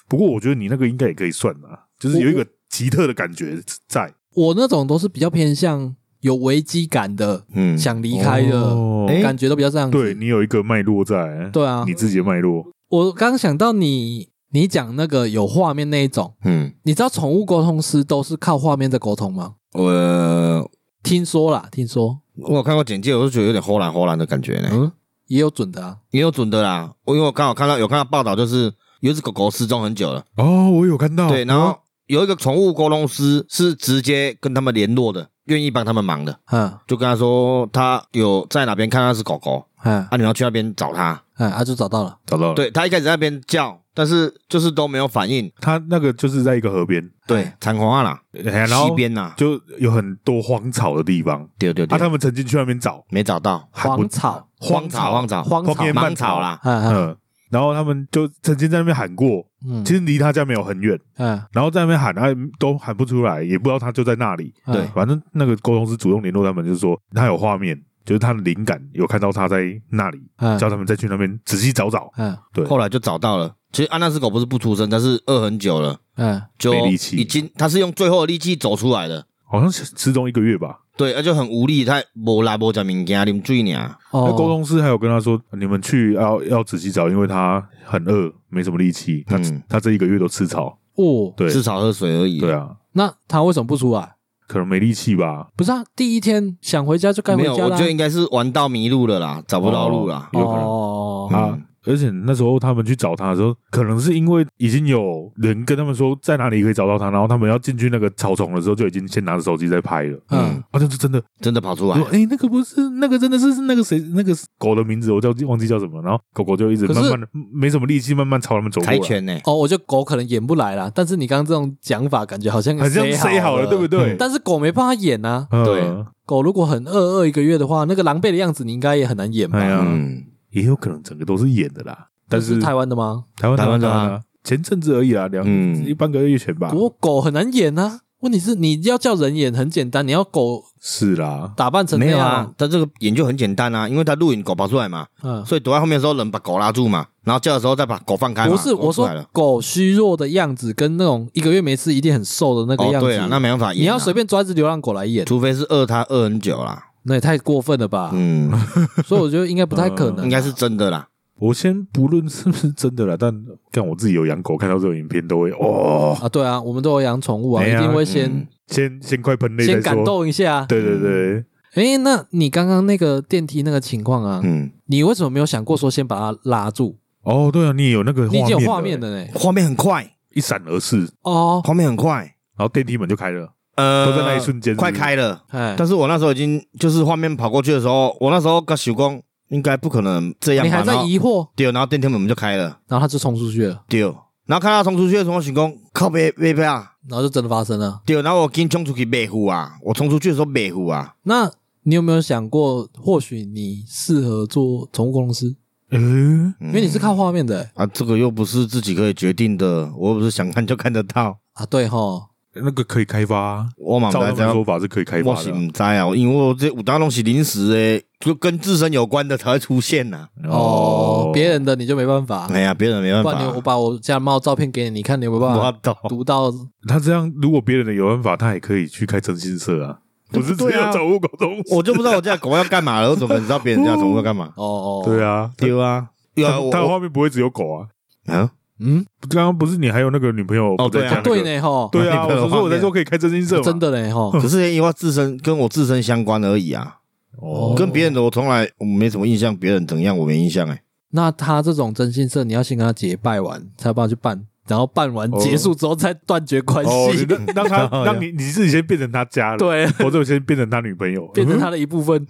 不过我觉得你那个应该也可以算啦，就是有一我个奇特的感觉在，我那种都是比较偏向有危机感的，嗯，想离开的哦诶感觉都比较这样子。对你有一个脉络在，对啊你，自己的脉络，我刚想到你，你讲那个有画面那一种，嗯，你知道宠物沟通师都是靠画面在沟通吗？我听说啦，听说我有看过简介，我就觉得有点齁蓝齁蓝的感觉呢、嗯，也有准的啊，也有准的啦，我因为我刚好看到有看到报道，就是有一只狗狗失踪很久了，哦，我有看到，对，然后有一个宠物沟通师是直接跟他们联络的，愿意帮他们忙的，嗯就跟他说他有在哪边看到那只狗狗，嗯啊，你要去那边找他。嗯，啊就找到了，找到了，，对他一开始在那边叫，但是就是都没有反应，他那个就是在一个河边，对，残花啊啦，哎然西后边啦，就有很多荒草的地方，对对啊，对，他们曾经去那边找没找到，还不荒草，荒草荒草荒草荒野芒蔓草，啦，嗯嗯嗯，然后他们就曾经在那边喊过，嗯，呃其实离他家没有很远，嗯然后在那边喊，啊，都喊不出来，也不知道他就在那里。嗯对反正那个沟通师主动联络他们，就是说他有画面，就是他的灵感有看到他在那里，嗯叫他们再去那边仔细找找。嗯对后来就找到了。其实安娜斯狗不是不出声，但是饿很久了，嗯就没力气已经它是用最后的力气走出来的。好像是失踪一个月吧。对，而且很无力，它无力无食物件，啉水呢。哦那沟通师还有跟他说，你们去要要仔细找，因为他很饿，没什么力气。他、嗯他这一个月都吃草，哦，对至少喝水而已。对啊，那他为什么不出来？可能没力气吧，不是啊，第一天想回家就该没回有，家我啦觉得。应该是玩到迷路了啦，找不到路啦。有可能、哦，啊。而且那时候他们去找他的时候，可能是因为已经有人跟他们说在哪里可以找到他，然后他们要进去那个草丛的时候，就已经先拿着手机在拍了。嗯好像是真的，真的跑出来说，哎、那个不是那个，真的是那个谁，那个狗的名字，我叫忘记叫什么。然后狗狗就一直可是慢慢的，没什么力气，慢慢朝他们走过柴来，犬呢？哦，我觉得狗可能演不来啦，但是你刚刚这种讲法，感觉好嗯像好像塞好了，对不对？但是狗没办法演啊，嗯对，狗如果很饿饿一个月的话，那个狼狈的样子你应该也很难演吧？哎呀，嗯，也有可能整个都是演的啦。但这是台湾的吗？台湾台湾的啊啊，前阵子而已啦，两嗯一半个月前吧不。过狗很难演啊。问题是你要叫人演很简单，你要狗是啦，打扮成那没有啊样，，它这个演就很简单啊，因为它录影狗跑出来嘛，嗯，所以躲在后面的时候，人把狗拉住嘛，然后叫的时候再把狗放开嘛。不是狗我啊出说来了狗虚弱的样子，跟那种一个月没吃一定很瘦的那个哦，样对啊，那子，没办法演啊，你要随便抓一只流浪狗来演，除非是饿它饿很久啦。那也太过分了吧？嗯， 所以我觉得应该不太可能，啊应该是真的啦。我先不论是不是真的啦，但看我自己有养狗，看到这种影片都会哦，啊，对啊，我们都有养宠物啊，哎一呀定会嗯先先先快喷泪先再感说。动嗯一下。啊对对对，诶，那你刚刚那个电梯那个情况啊，嗯，你为什么没有想过说先把它拉住？哦，对啊，你也有那个你已经有画画面了，了呢。嗯画面很快，一闪而逝，哦，画面很快，然后电梯门就开了，呃，都在那一瞬间是不快是开了。哎，但是我那时候已经就是画面跑过去的时候，我那时候跟许工应该不可能这样啊你吧？还在然后疑惑，对，然后电梯门就开了，然后他就冲出去了，对，然后看他冲出去的时候，许工靠背背背啊，然后就真的发生了。对，然后我紧冲出去背虎啊，我冲出去的时候背虎啊，那你有没有想过，或许你适合做宠物公司，嗯，因因为你是靠画面的欸啊，这个又不是自己可以决定的，我又不是想看就看得到，啊？对哈，那个可以开发啊，我嘛不照他知们道说法是可以开我发是的啊。唔知啊，因为我这五大东西临时诶，就跟自身有关的才会出现呐、哦，别人的你就没办法，哎呀，别人没办不法、然你我把我家的猫照片给你，你看你有没有办我法懂，读到？哦他这样，如果别人的有办法，他也可以去开征信社啊，不是只对啊有宠物狗东西。我就不知道我家狗要干嘛了，我怎么知道别 ？人家宠物要干嘛哦哦，对啊，丢啊，有啊，他我他的我画面不会只有狗啊。啊，嗯，刚刚不是你还有那个女朋友哦不在对啊家那个对呢哈，对啊，你朋友我说画我面在说可以开征信社嘛，真的呢 哈，可是因为自身跟我自身相关而已啊，哦，跟别人的我从来我没什么印象，别人怎样我没印象哎、那他这种征信社，你要先跟他结拜完，才有办法去办，然后办完哦结束之后再断绝关系，哦，你让让他 哦让你你自己先变成他家人，，对，我就先变成他女朋友，嗯变成他的一部分。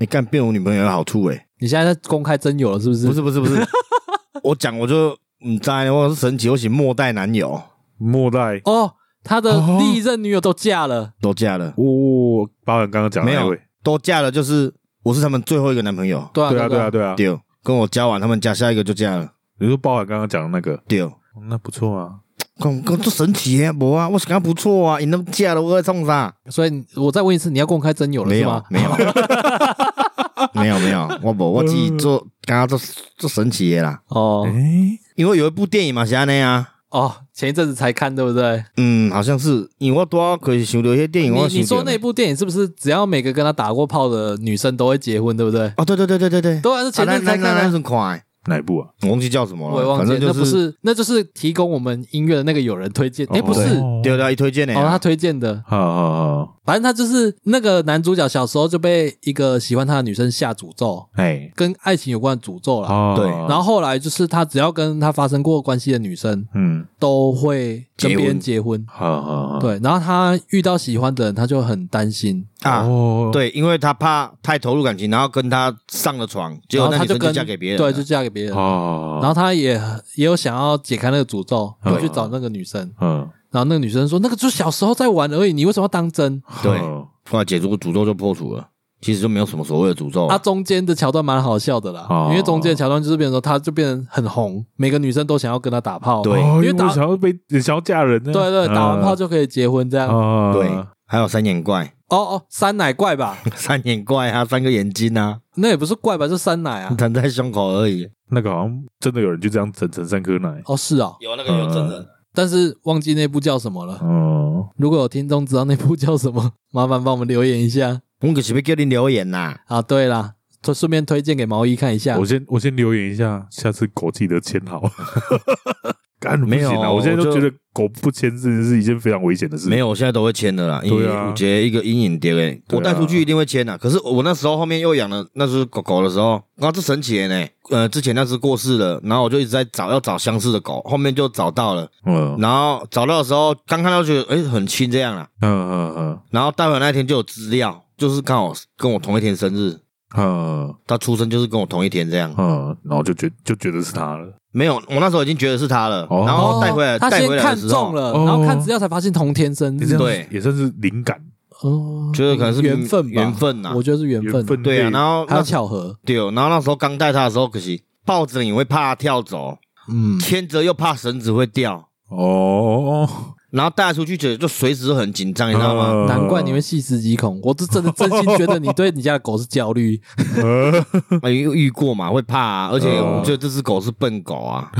你干变我女朋友有好处哎、你现在在公开真友了，是不是？不是不是不是， 我讲我就唔知，我是神奇，我是末代男友末代哦，他的历任女友都嫁了，都嫁了，哦，包含刚刚讲的没有那位，都嫁了，就是我是他们最后一个男朋友，对啊对啊对对啊，对啊，对，跟我交往，他们家下一个就嫁了，你说包含刚刚讲的那个，对，哦那不错啊，讲讲这神奇啊，无啊，我是感觉不错啊，因都嫁了，我在冲啥？所以我再问一次，你要公开真友了没是有吗？没有 没有没有，我无我自己做，感觉做做神奇的啦，哦哎，因为有一部电影嘛是安尼啊。哦，前一阵子才看，对不对？嗯，好像是，因为我多可以想到一些电影，我你你想说到那部电影是不是只要每个跟他打过炮的女生都会结婚，对不对？哦，对对对对对对，对啊，是前阵子才看那的。很快，哪一部啊？我忘记叫什么我也了，忘反记了，正就那不是，那就是提供我们音乐的那个有人推荐，哎，不是，哦，哦对对啊，一推荐呢，他推荐的，好好好，反正他就是那个男主角小时候就被一个喜欢他的女生下诅咒，哎，跟爱情有关的诅咒啦。哦对然后后来就是他只要跟他发生过关系的女生嗯，都会跟别人结婚，好好哦好，对。然后他遇到喜欢的人，他就很担心，啊，哦，对，因为他怕太投入感情，然后跟他上了床，结然果后那他女生跟就嫁给别人对，了，就嫁给别人。哦，然后他也也有想要解开那个诅咒，对就去找那个女生。嗯，然后那个女生说：“那个就是小时候在玩而已，你为什么要当真对好后来解除诅咒就破除了，其实就没有什么所谓的诅咒？”啊，中间的桥段蛮好笑的啦，哦因为中间的桥段就是变成说，他就变成很红，每个女生都想要跟他打炮。对哦因为因为打我想要被想要嫁人呢，啊对对，打完炮就就可以结婚这样。哦对啊对，还有三眼怪， 哦，三奶怪吧？三眼怪啊，三个眼睛啊，那也不是怪吧，是三奶 啊。疼在胸口而已。那个好像真的有人就这样整成三颗奶，哦，是哦，有那个有真呃人，但是忘记那部叫什么了。哦，如果有听众知道那部叫什么， 麻烦帮我们留言一下。我们可是被叫你留言呐，啊，对啦，就顺便推荐给毛衣看一下我。先我先留言一下，下次狗记得签好。 干没有不行啊！我现在我都就觉得狗不签字是一件非常危险的事。没有，我现在都会签的啦，因为对啊五节一个阴影碟诶，对啊我带出去一定会签的。可是我那时候后面又养了那只狗狗的时候，啊，这神奇的呢，呃，之前那只过世了，然后我就一直在找，要找相似的狗，后面就找到了，嗯，嗯然后找到的时候刚看到就觉得诶很亲这样啦，嗯嗯然后带回来那天就有资料，就是刚好跟我同一天生日，嗯它出生就是跟我同一天这样嗯，，嗯，然后就觉就觉得是他了。没有，我那时候已经觉得是它了，哦然后带回来哦他带先回来看的时中候，了，哦然后看资料才发现同天生你日这，样对也算是灵感哦，觉得可能是缘分吧，缘分啊呐我，觉得是缘缘分对类啊，然后还那有巧合，对，然后那时候刚带它的时候，可惜抱着你会怕它跳走，嗯，牵着又怕绳子会掉，哦，然后带它出去就就随时很紧张，你知道吗？嗯难怪你会细思极恐，我是真的真心觉得你对你家的狗是焦虑， 呃啊因为遇过嘛，会怕啊，而且嗯我觉得这只狗是笨狗啊，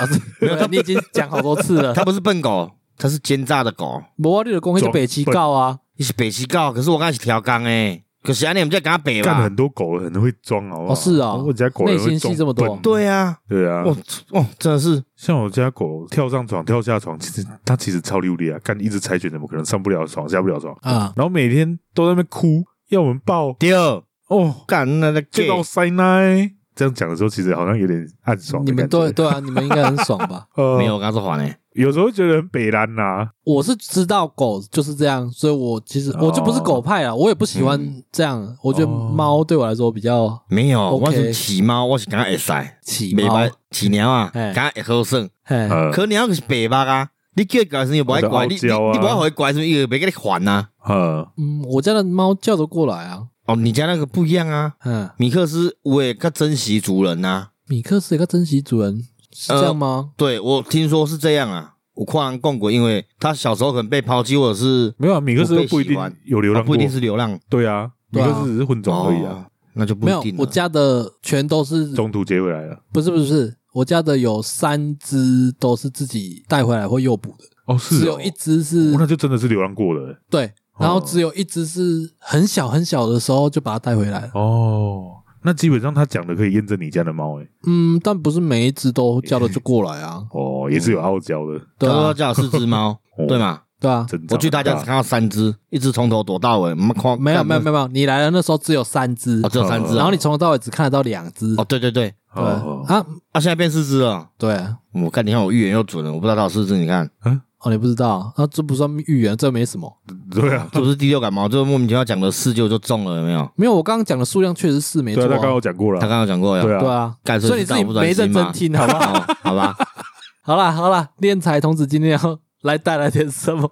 啊，对你已经讲好多次了它，不是笨狗，它是奸诈的狗，魔力的公会就北齐告啊，你是北极狗，可是我刚才是调岗诶，可是安尼我们在跟它北干吧很。多狗很会装，好不好？哦是啊我家狗很会内心戏这么多装笨对啊，对啊，哦哦，真的是像我家狗跳上床、跳下床，其实它其实超溜力啊，干一直柴犬怎么可能上不了床、下不了床？啊，然后每天都在那边哭，要我们抱第二哦，干那那这到 gay 塞奶。这样讲的时候，其实好像有点暗爽你的们感觉。？对对啊，你们应该很爽吧 呃，没有，，我刚说还诶，有时候觉得很北蓝呐。我是知道狗就是这样，所以我其实哦我就不是狗派啊，我也不喜欢这样，我觉得哦猫对我来说比较没有， OK 我是骑猫，我是刚刚会使，起北猫白，骑猫啊，嘿刚刚会好耍。嘿呃，哎可你那个是北巴啊，你叫他改什么不爱我乖，你就你傲娇啊你不爱回乖什么，伊就别给你还啊。呃，嗯，我家的猫叫得过来啊。哦，你家那个不一样啊，嗯，米克斯我也较珍惜主人呐、米克斯也个珍惜主人，是这样吗？对我听说是这样啊，我跨人共过，因为他小时候可能被抛弃，或者是没有啊，米克斯我又被不一喜定欢有流啊浪不过，一定是流浪对啊，米对啊克斯只是混种而已啊，哦，那就不没一有定，了。我家的全都是，中途接回来了。不是不是，我家的有三只都是自己带回来或诱捕的，哦，是哦只有一只是哦那就真的是流浪过了欸。对，然后只有一只是很小很小的时候就把它带回来了。哦，那基本上他讲的可以验证你家的猫欸诶。，嗯，但不是每一只都叫得就过来啊哦，也是有傲娇的，对他说他啊，家有四只猫 哦，对嘛？对啊，真的。我去他家只看到三只，一只从头躲到尾，没看没有没有没有有，没有，你来的那时候只有三只哦，，只有三只啊，然后你从头到尾只看得到两只，哦，对对对，对哦，啊，啊，现在变四只了。对，我看，你看我预言又准了，我不知道他有四只，你看。哦，你不知道，那这不算预言，这没什么。对啊，这不是第六感冒，这莫名其妙讲的四就就中了，有没有？没有，我刚刚讲的数量确实是没错对啊，啊、他刚刚有讲过他了刚啊，刚有讲过呀，对啊，对啊，干所以你自己没认真听，好不好？好？哦好吧，好啦好啦，练财童子今天要来带来点什么？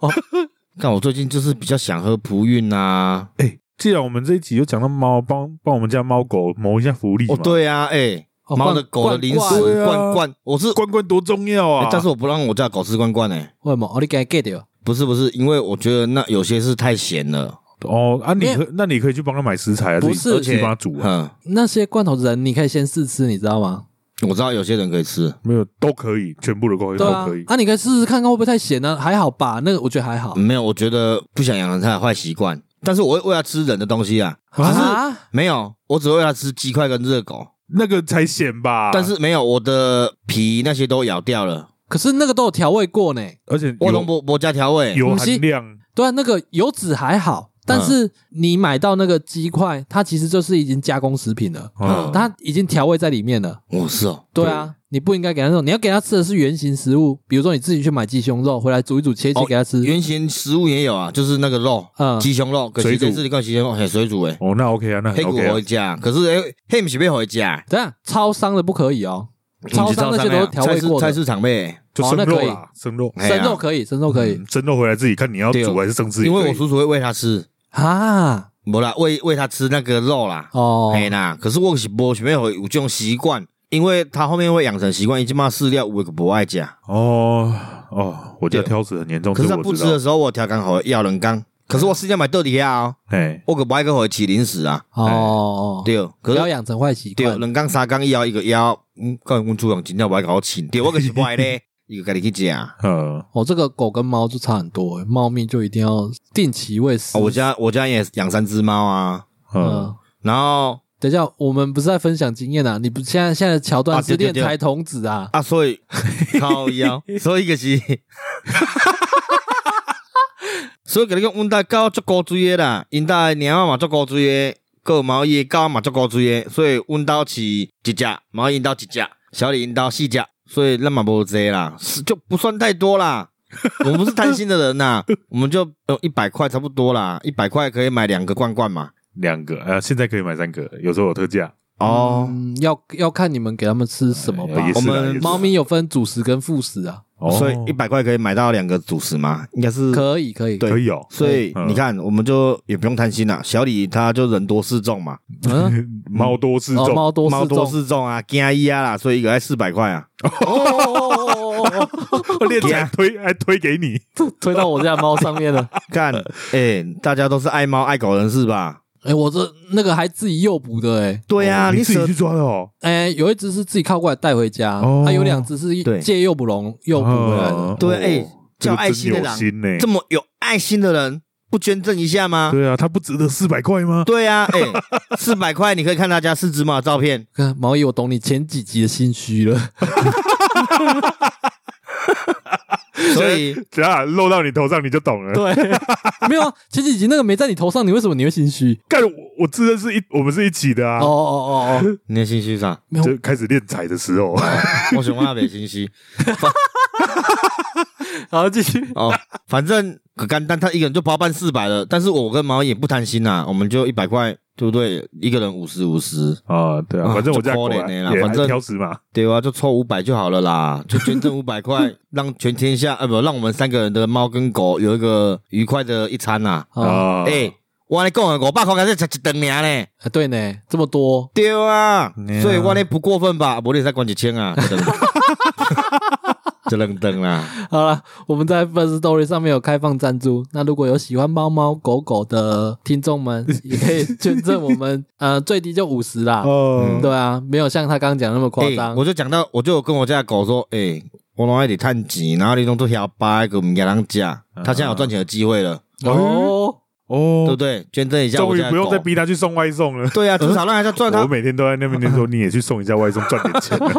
看我最近就是比较想喝葡韵啊，哎，既然我们这一集有讲到猫，帮帮我们家猫狗谋一下福利嘛哦，，对啊，哎，哦猫的狗的零罐罐食对啊罐罐，我是，关关多重要啊哎！但是我不让我家狗吃罐罐哎，为什么？哦，你给 get 掉？不是不是，因为我觉得那有些是太咸了，哦啊，你没有可那你可以去帮他买食材啊，不自己是自己帮他煮啊，嗯，那些罐头人，你可以先试吃，你知道吗？我知道有些人可以吃，没有都可以，全部的狗对都啊可以，。啊，你可以试试看看会不会太咸呢、还好吧，那个我觉得还好。没有，我觉得不想养成它的坏习惯，但是我会喂它吃人的东西啊，只是啊，没有，我只会喂它吃鸡块跟热狗，那个才咸吧？但是没有我的皮那些都咬掉了，可是那个都有调味过呢，而且我油拢无无加调味，油不是含量对啊，那个油脂还好，但是你买到那个鸡块，它其实就是已经加工食品了，啊，嗯它已经调味在里面了。哦是哦，对啊，你不应该给它那种，你要给它吃的是原形食物，比如说你自己去买鸡胸肉回来煮一煮，切一切哦给它吃。原型食物也有啊，就是那个肉，嗯鸡胸肉，可水是煮这次你看鸡胸肉很水煮诶，哦，那 OK 啊，那很黑骨 OK 啊回家，可是诶，黑不是要回家，等一下超商的不可以哦，嗯超商那些都是调味过啊菜的，市场呗，就哦生那肉可以啦，生肉，嘿啊生肉可以，生肉可以嗯生肉回来自己看你要对哦煮还是生吃也因可以，为我叔叔会喂他吃，啊。无啦，喂喂他吃那个肉啦，哦，嘿啦，可是我是无想要有这种习惯，因为他后面会养成习惯，伊即马饲料有的不爱食，哦哦，我家对挑食很严重，可是他这我不知吃道的时候，我调羹给伊咬两羹，可是我饲料买倒底下哦，哎，我可不爱个伊饲零食啊，哦，对，可不要是养成坏习对，惯。两羹三羹伊咬一个咬，嗯，讲阮主人真正不爱甲我饲，对我可是不 爱咧，伊就家己去食。啊，呃，哦，这个狗跟猫就差很多欸，猫咪就一定要定期喂食。哦我家我家也养三只猫啊，嗯嗯，，然后等一下，我们不是在分享经验啊，你不现在现在的桥段啊是对对练对财童子啊，啊，所以靠腰，所以就是， 所以跟你讲，阮兜狗足高追的啦，因兜的猫仔嘛足高追的，还有毛伊的狗嘛足高追的，所以阮兜饲一只，毛伊因兜一只，小李因兜四只，所以咱嘛无济啦，是就不算太多啦。我们不是贪心的人呐、我们就有一百块差不多啦，一百块可以买两个罐罐嘛。两个，呃，现在可以买三个，有时候有特价，哦，嗯，要要看你们给他们吃什么吧也。我是啦们也是 猫咪有分主食跟副食啊，哦所以一百块可以买到两个主食嘛，应该是可以可以，对可以哦，所以嗯你看，我们就也不用贪心啦。小李他就人多势众嘛，嗯， 猫多吃哦，重，猫多猫是多重，势众啊，惊伊啊啦，所以一个才四百块 啊。哦哦哦哦哦哦，练才推还推给你，推到我家猫上面了。看，哎，大家都是爱猫爱狗人士吧？ 哎，我这那个还自己诱捕的哎，对啊，哦你自己舍去抓的哦，哎，有一只是自己靠过来带回家，哦还有两只是对借诱捕笼诱捕回来的。哦对哎哦叫这个爱心的真有狼心呢，这么有爱心的人，不捐赠一下吗？对啊，它不值得四百块吗？对啊，哎，四百块你可以看大家四只猫的照片，看毛衣，我懂你前几集的心虚了。所 以只要漏到你头上你就懂了。对，没有啊，前几集那个没在你头上，你为什么你会心虚？干，我我自认是一，我们是一起的啊哦。哦哦哦，你的心虚啥？没有就开始练财的时候，我想问阿北心虚好，继续。哦，反正很简单，他一个人就包办四百了。但是我跟毛也不贪心啊啦，我们就一百块，对不对？一个人五十五十，啊，对啊，啊反正我就家狗可啊怜的啦也反还正挑食嘛，对啊，就抽五百就好了啦，就捐赠五百块，让全天下 呃不，让我们三个人的猫跟狗有一个愉快的一餐呐、啊，啊。啊，哎、我跟你讲的，五百块才才一顿尔呢，对呢，这么多，对啊对啊，所以我那不过分吧？无你才管一千啊，一顿 一两顿啦，好了，我们在 First Story 上面有开放赞助，那如果有喜欢猫猫狗狗的听众 们，也可以捐赠我们， 呃，最低就五十啦。哦，对啊，没有像他刚刚讲那么夸哎、张我。就讲到，我就有跟我家的狗说，哎、我拢爱得趁钱，然后你拢做小白个物件人食，啊他现在有赚钱的机会了，哦，对不哦，对？捐赠一下终我于家的不用再狗逼它去送外送了。 对啊，至少让人家赚我他，每天都在那边念说，你也去送一下外送赚点钱啊，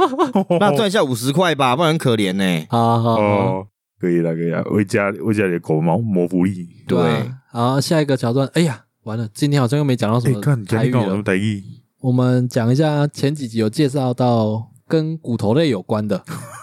那赚一下五十块吧，不然很可怜呢、好好好，哦，可以了，可以了，为家为家里的狗猫谋福利。对啊。好，下一个桥段，哎呀，完了，今天好像又没讲到什哎，么看你家台里语啊刚好什么了。台语？我们讲一下前几集有介绍到跟骨头类有关的，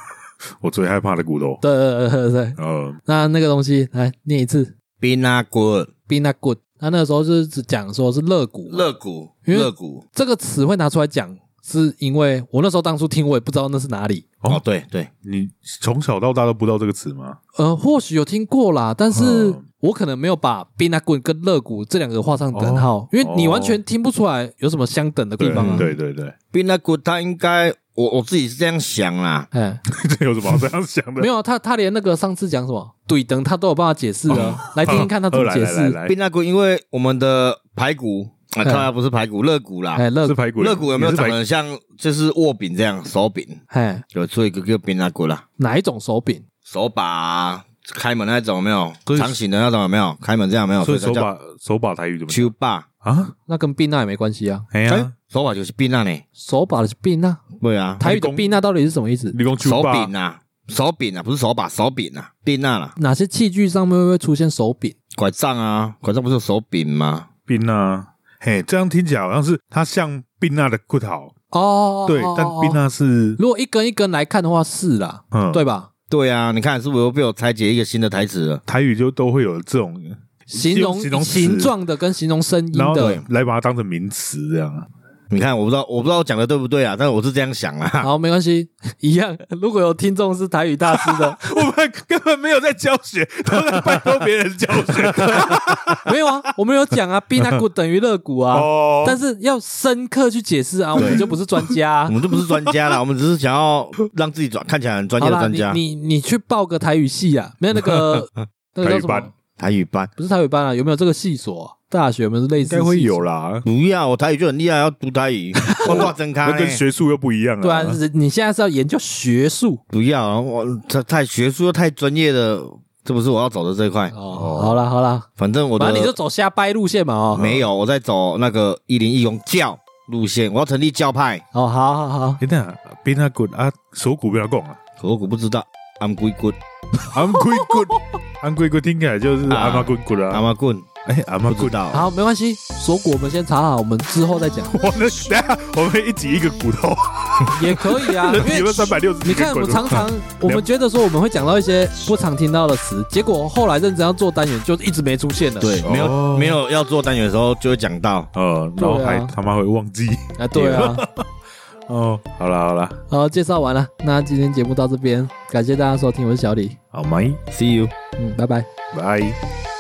我最害怕的骨头。对对对对对。呃，那那个东西来念一次冰啊滚， ，be not good。他那个时候就是只讲说是肋骨嘛，肋骨，嗯因为肋骨。这个词会拿出来讲，是因为我那时候当初听我也不知道那是哪里，哦哦，对对，你从小到大都不知道这个词吗？呃，或许有听过啦，但是嗯我可能没有把冰拿棍跟肋骨这两个画上等号，因为你完全听不出来有什么相等的地对方啊。哦嗯对对 对，冰啊滚，他应该我我自己是这样想啦。哎，这有什么好这样想的没？有啊，他他连那个上次讲什么对等，他都有办法解释了。来听听看他怎呃么来解来释。来来，冰啊滚，因为我们的排骨啊，嗯当然不是排骨，肋骨啦。哎，肋是骨，排骨，肋骨有没有哎也是长排得像就是握柄这样手柄？哎，有做一个叫冰啊滚啦，哪一种手柄？手把啊开门那种有没有？所以长形的那种有没有？开门这样有没有？所以才手叫把手把台语怎么讲手把，啊？那跟避难也没关系啊。哎哎呀，，手把就是柄啊呢，手把的是避难，嗯对啊，台语的避难到底是什么意思？你讲手手把柄啊，手柄啊，不是手把，手柄啊，柄啊啦，哪些器具上面会出现手柄？拐杖啊，拐杖不是有手柄吗？冰啊，嘿，这样听起来好像是它像冰娜的骨头，哦，对哦，但哦冰哦娜是如果一根一根来看的话，是啦，嗯，对吧？对啊，你看是不是又被我拆解一个新的台词了？台语就都会有这种，形容形容词形状的跟形容声音然后的，来把它当成名词这样。你看，我不知道，我不知道我讲的对不对啊，但是我是这样想 啊。好，没关系，一样。 如果有听众是台语大师 的，我们根本没有在教学，都在拜托别人教学。没有啊，我们有 讲啊，避难股等于肋骨啊，哦，但是要深刻去解释啊，我们就不是专家啊 我。们就不是专家啦，我们只是想要让自己转看起来很专好业的啦，专你家。你你去报个台语系啊，没有那 个那个叫什台语么班？台语班不是台语班啊，有没有这个系所啊？大学有没有类应似？该会有。啦，不要，我台语就很厉害，要读台 语，我挂真咖那呢跟学术又不一样了。对啊，是你现在是要研究学术不要，我太太学术又太专业的，这不是我要走的这一块。哦。好啦好啦，反正我的反正你就走瞎掰路线嘛哦。没有，我在走那个一零一用教路线，我要成立教派。哦，好好好，哎，那冰娜骨啊，手骨不要讲啊，可我不知道，安龟棍，安龟骨，安龟骨听起来就是啊阿妈棍骨阿啦。妈棍，哎，阿妈不知棍。道。好，没关系，锁骨我们先查好，我们之后再 讲我们等一下我们一集一个骨头，也可以 啊，人体因有为三百六十几你个看，骨头。我们常常我们觉得说我们会讲到一些不常听到的词，结果后来认真要做单元，就一直没出现了。对，没哦有没有要做单元的时候就会讲到，呃，然后对啊还他妈会忘记。 啊，对 啊。哦，好啦好啦，好，介绍完了，那今天节目到这边，感谢大家收听，我是小李，好，拜 See you。嗯，拜拜。拜。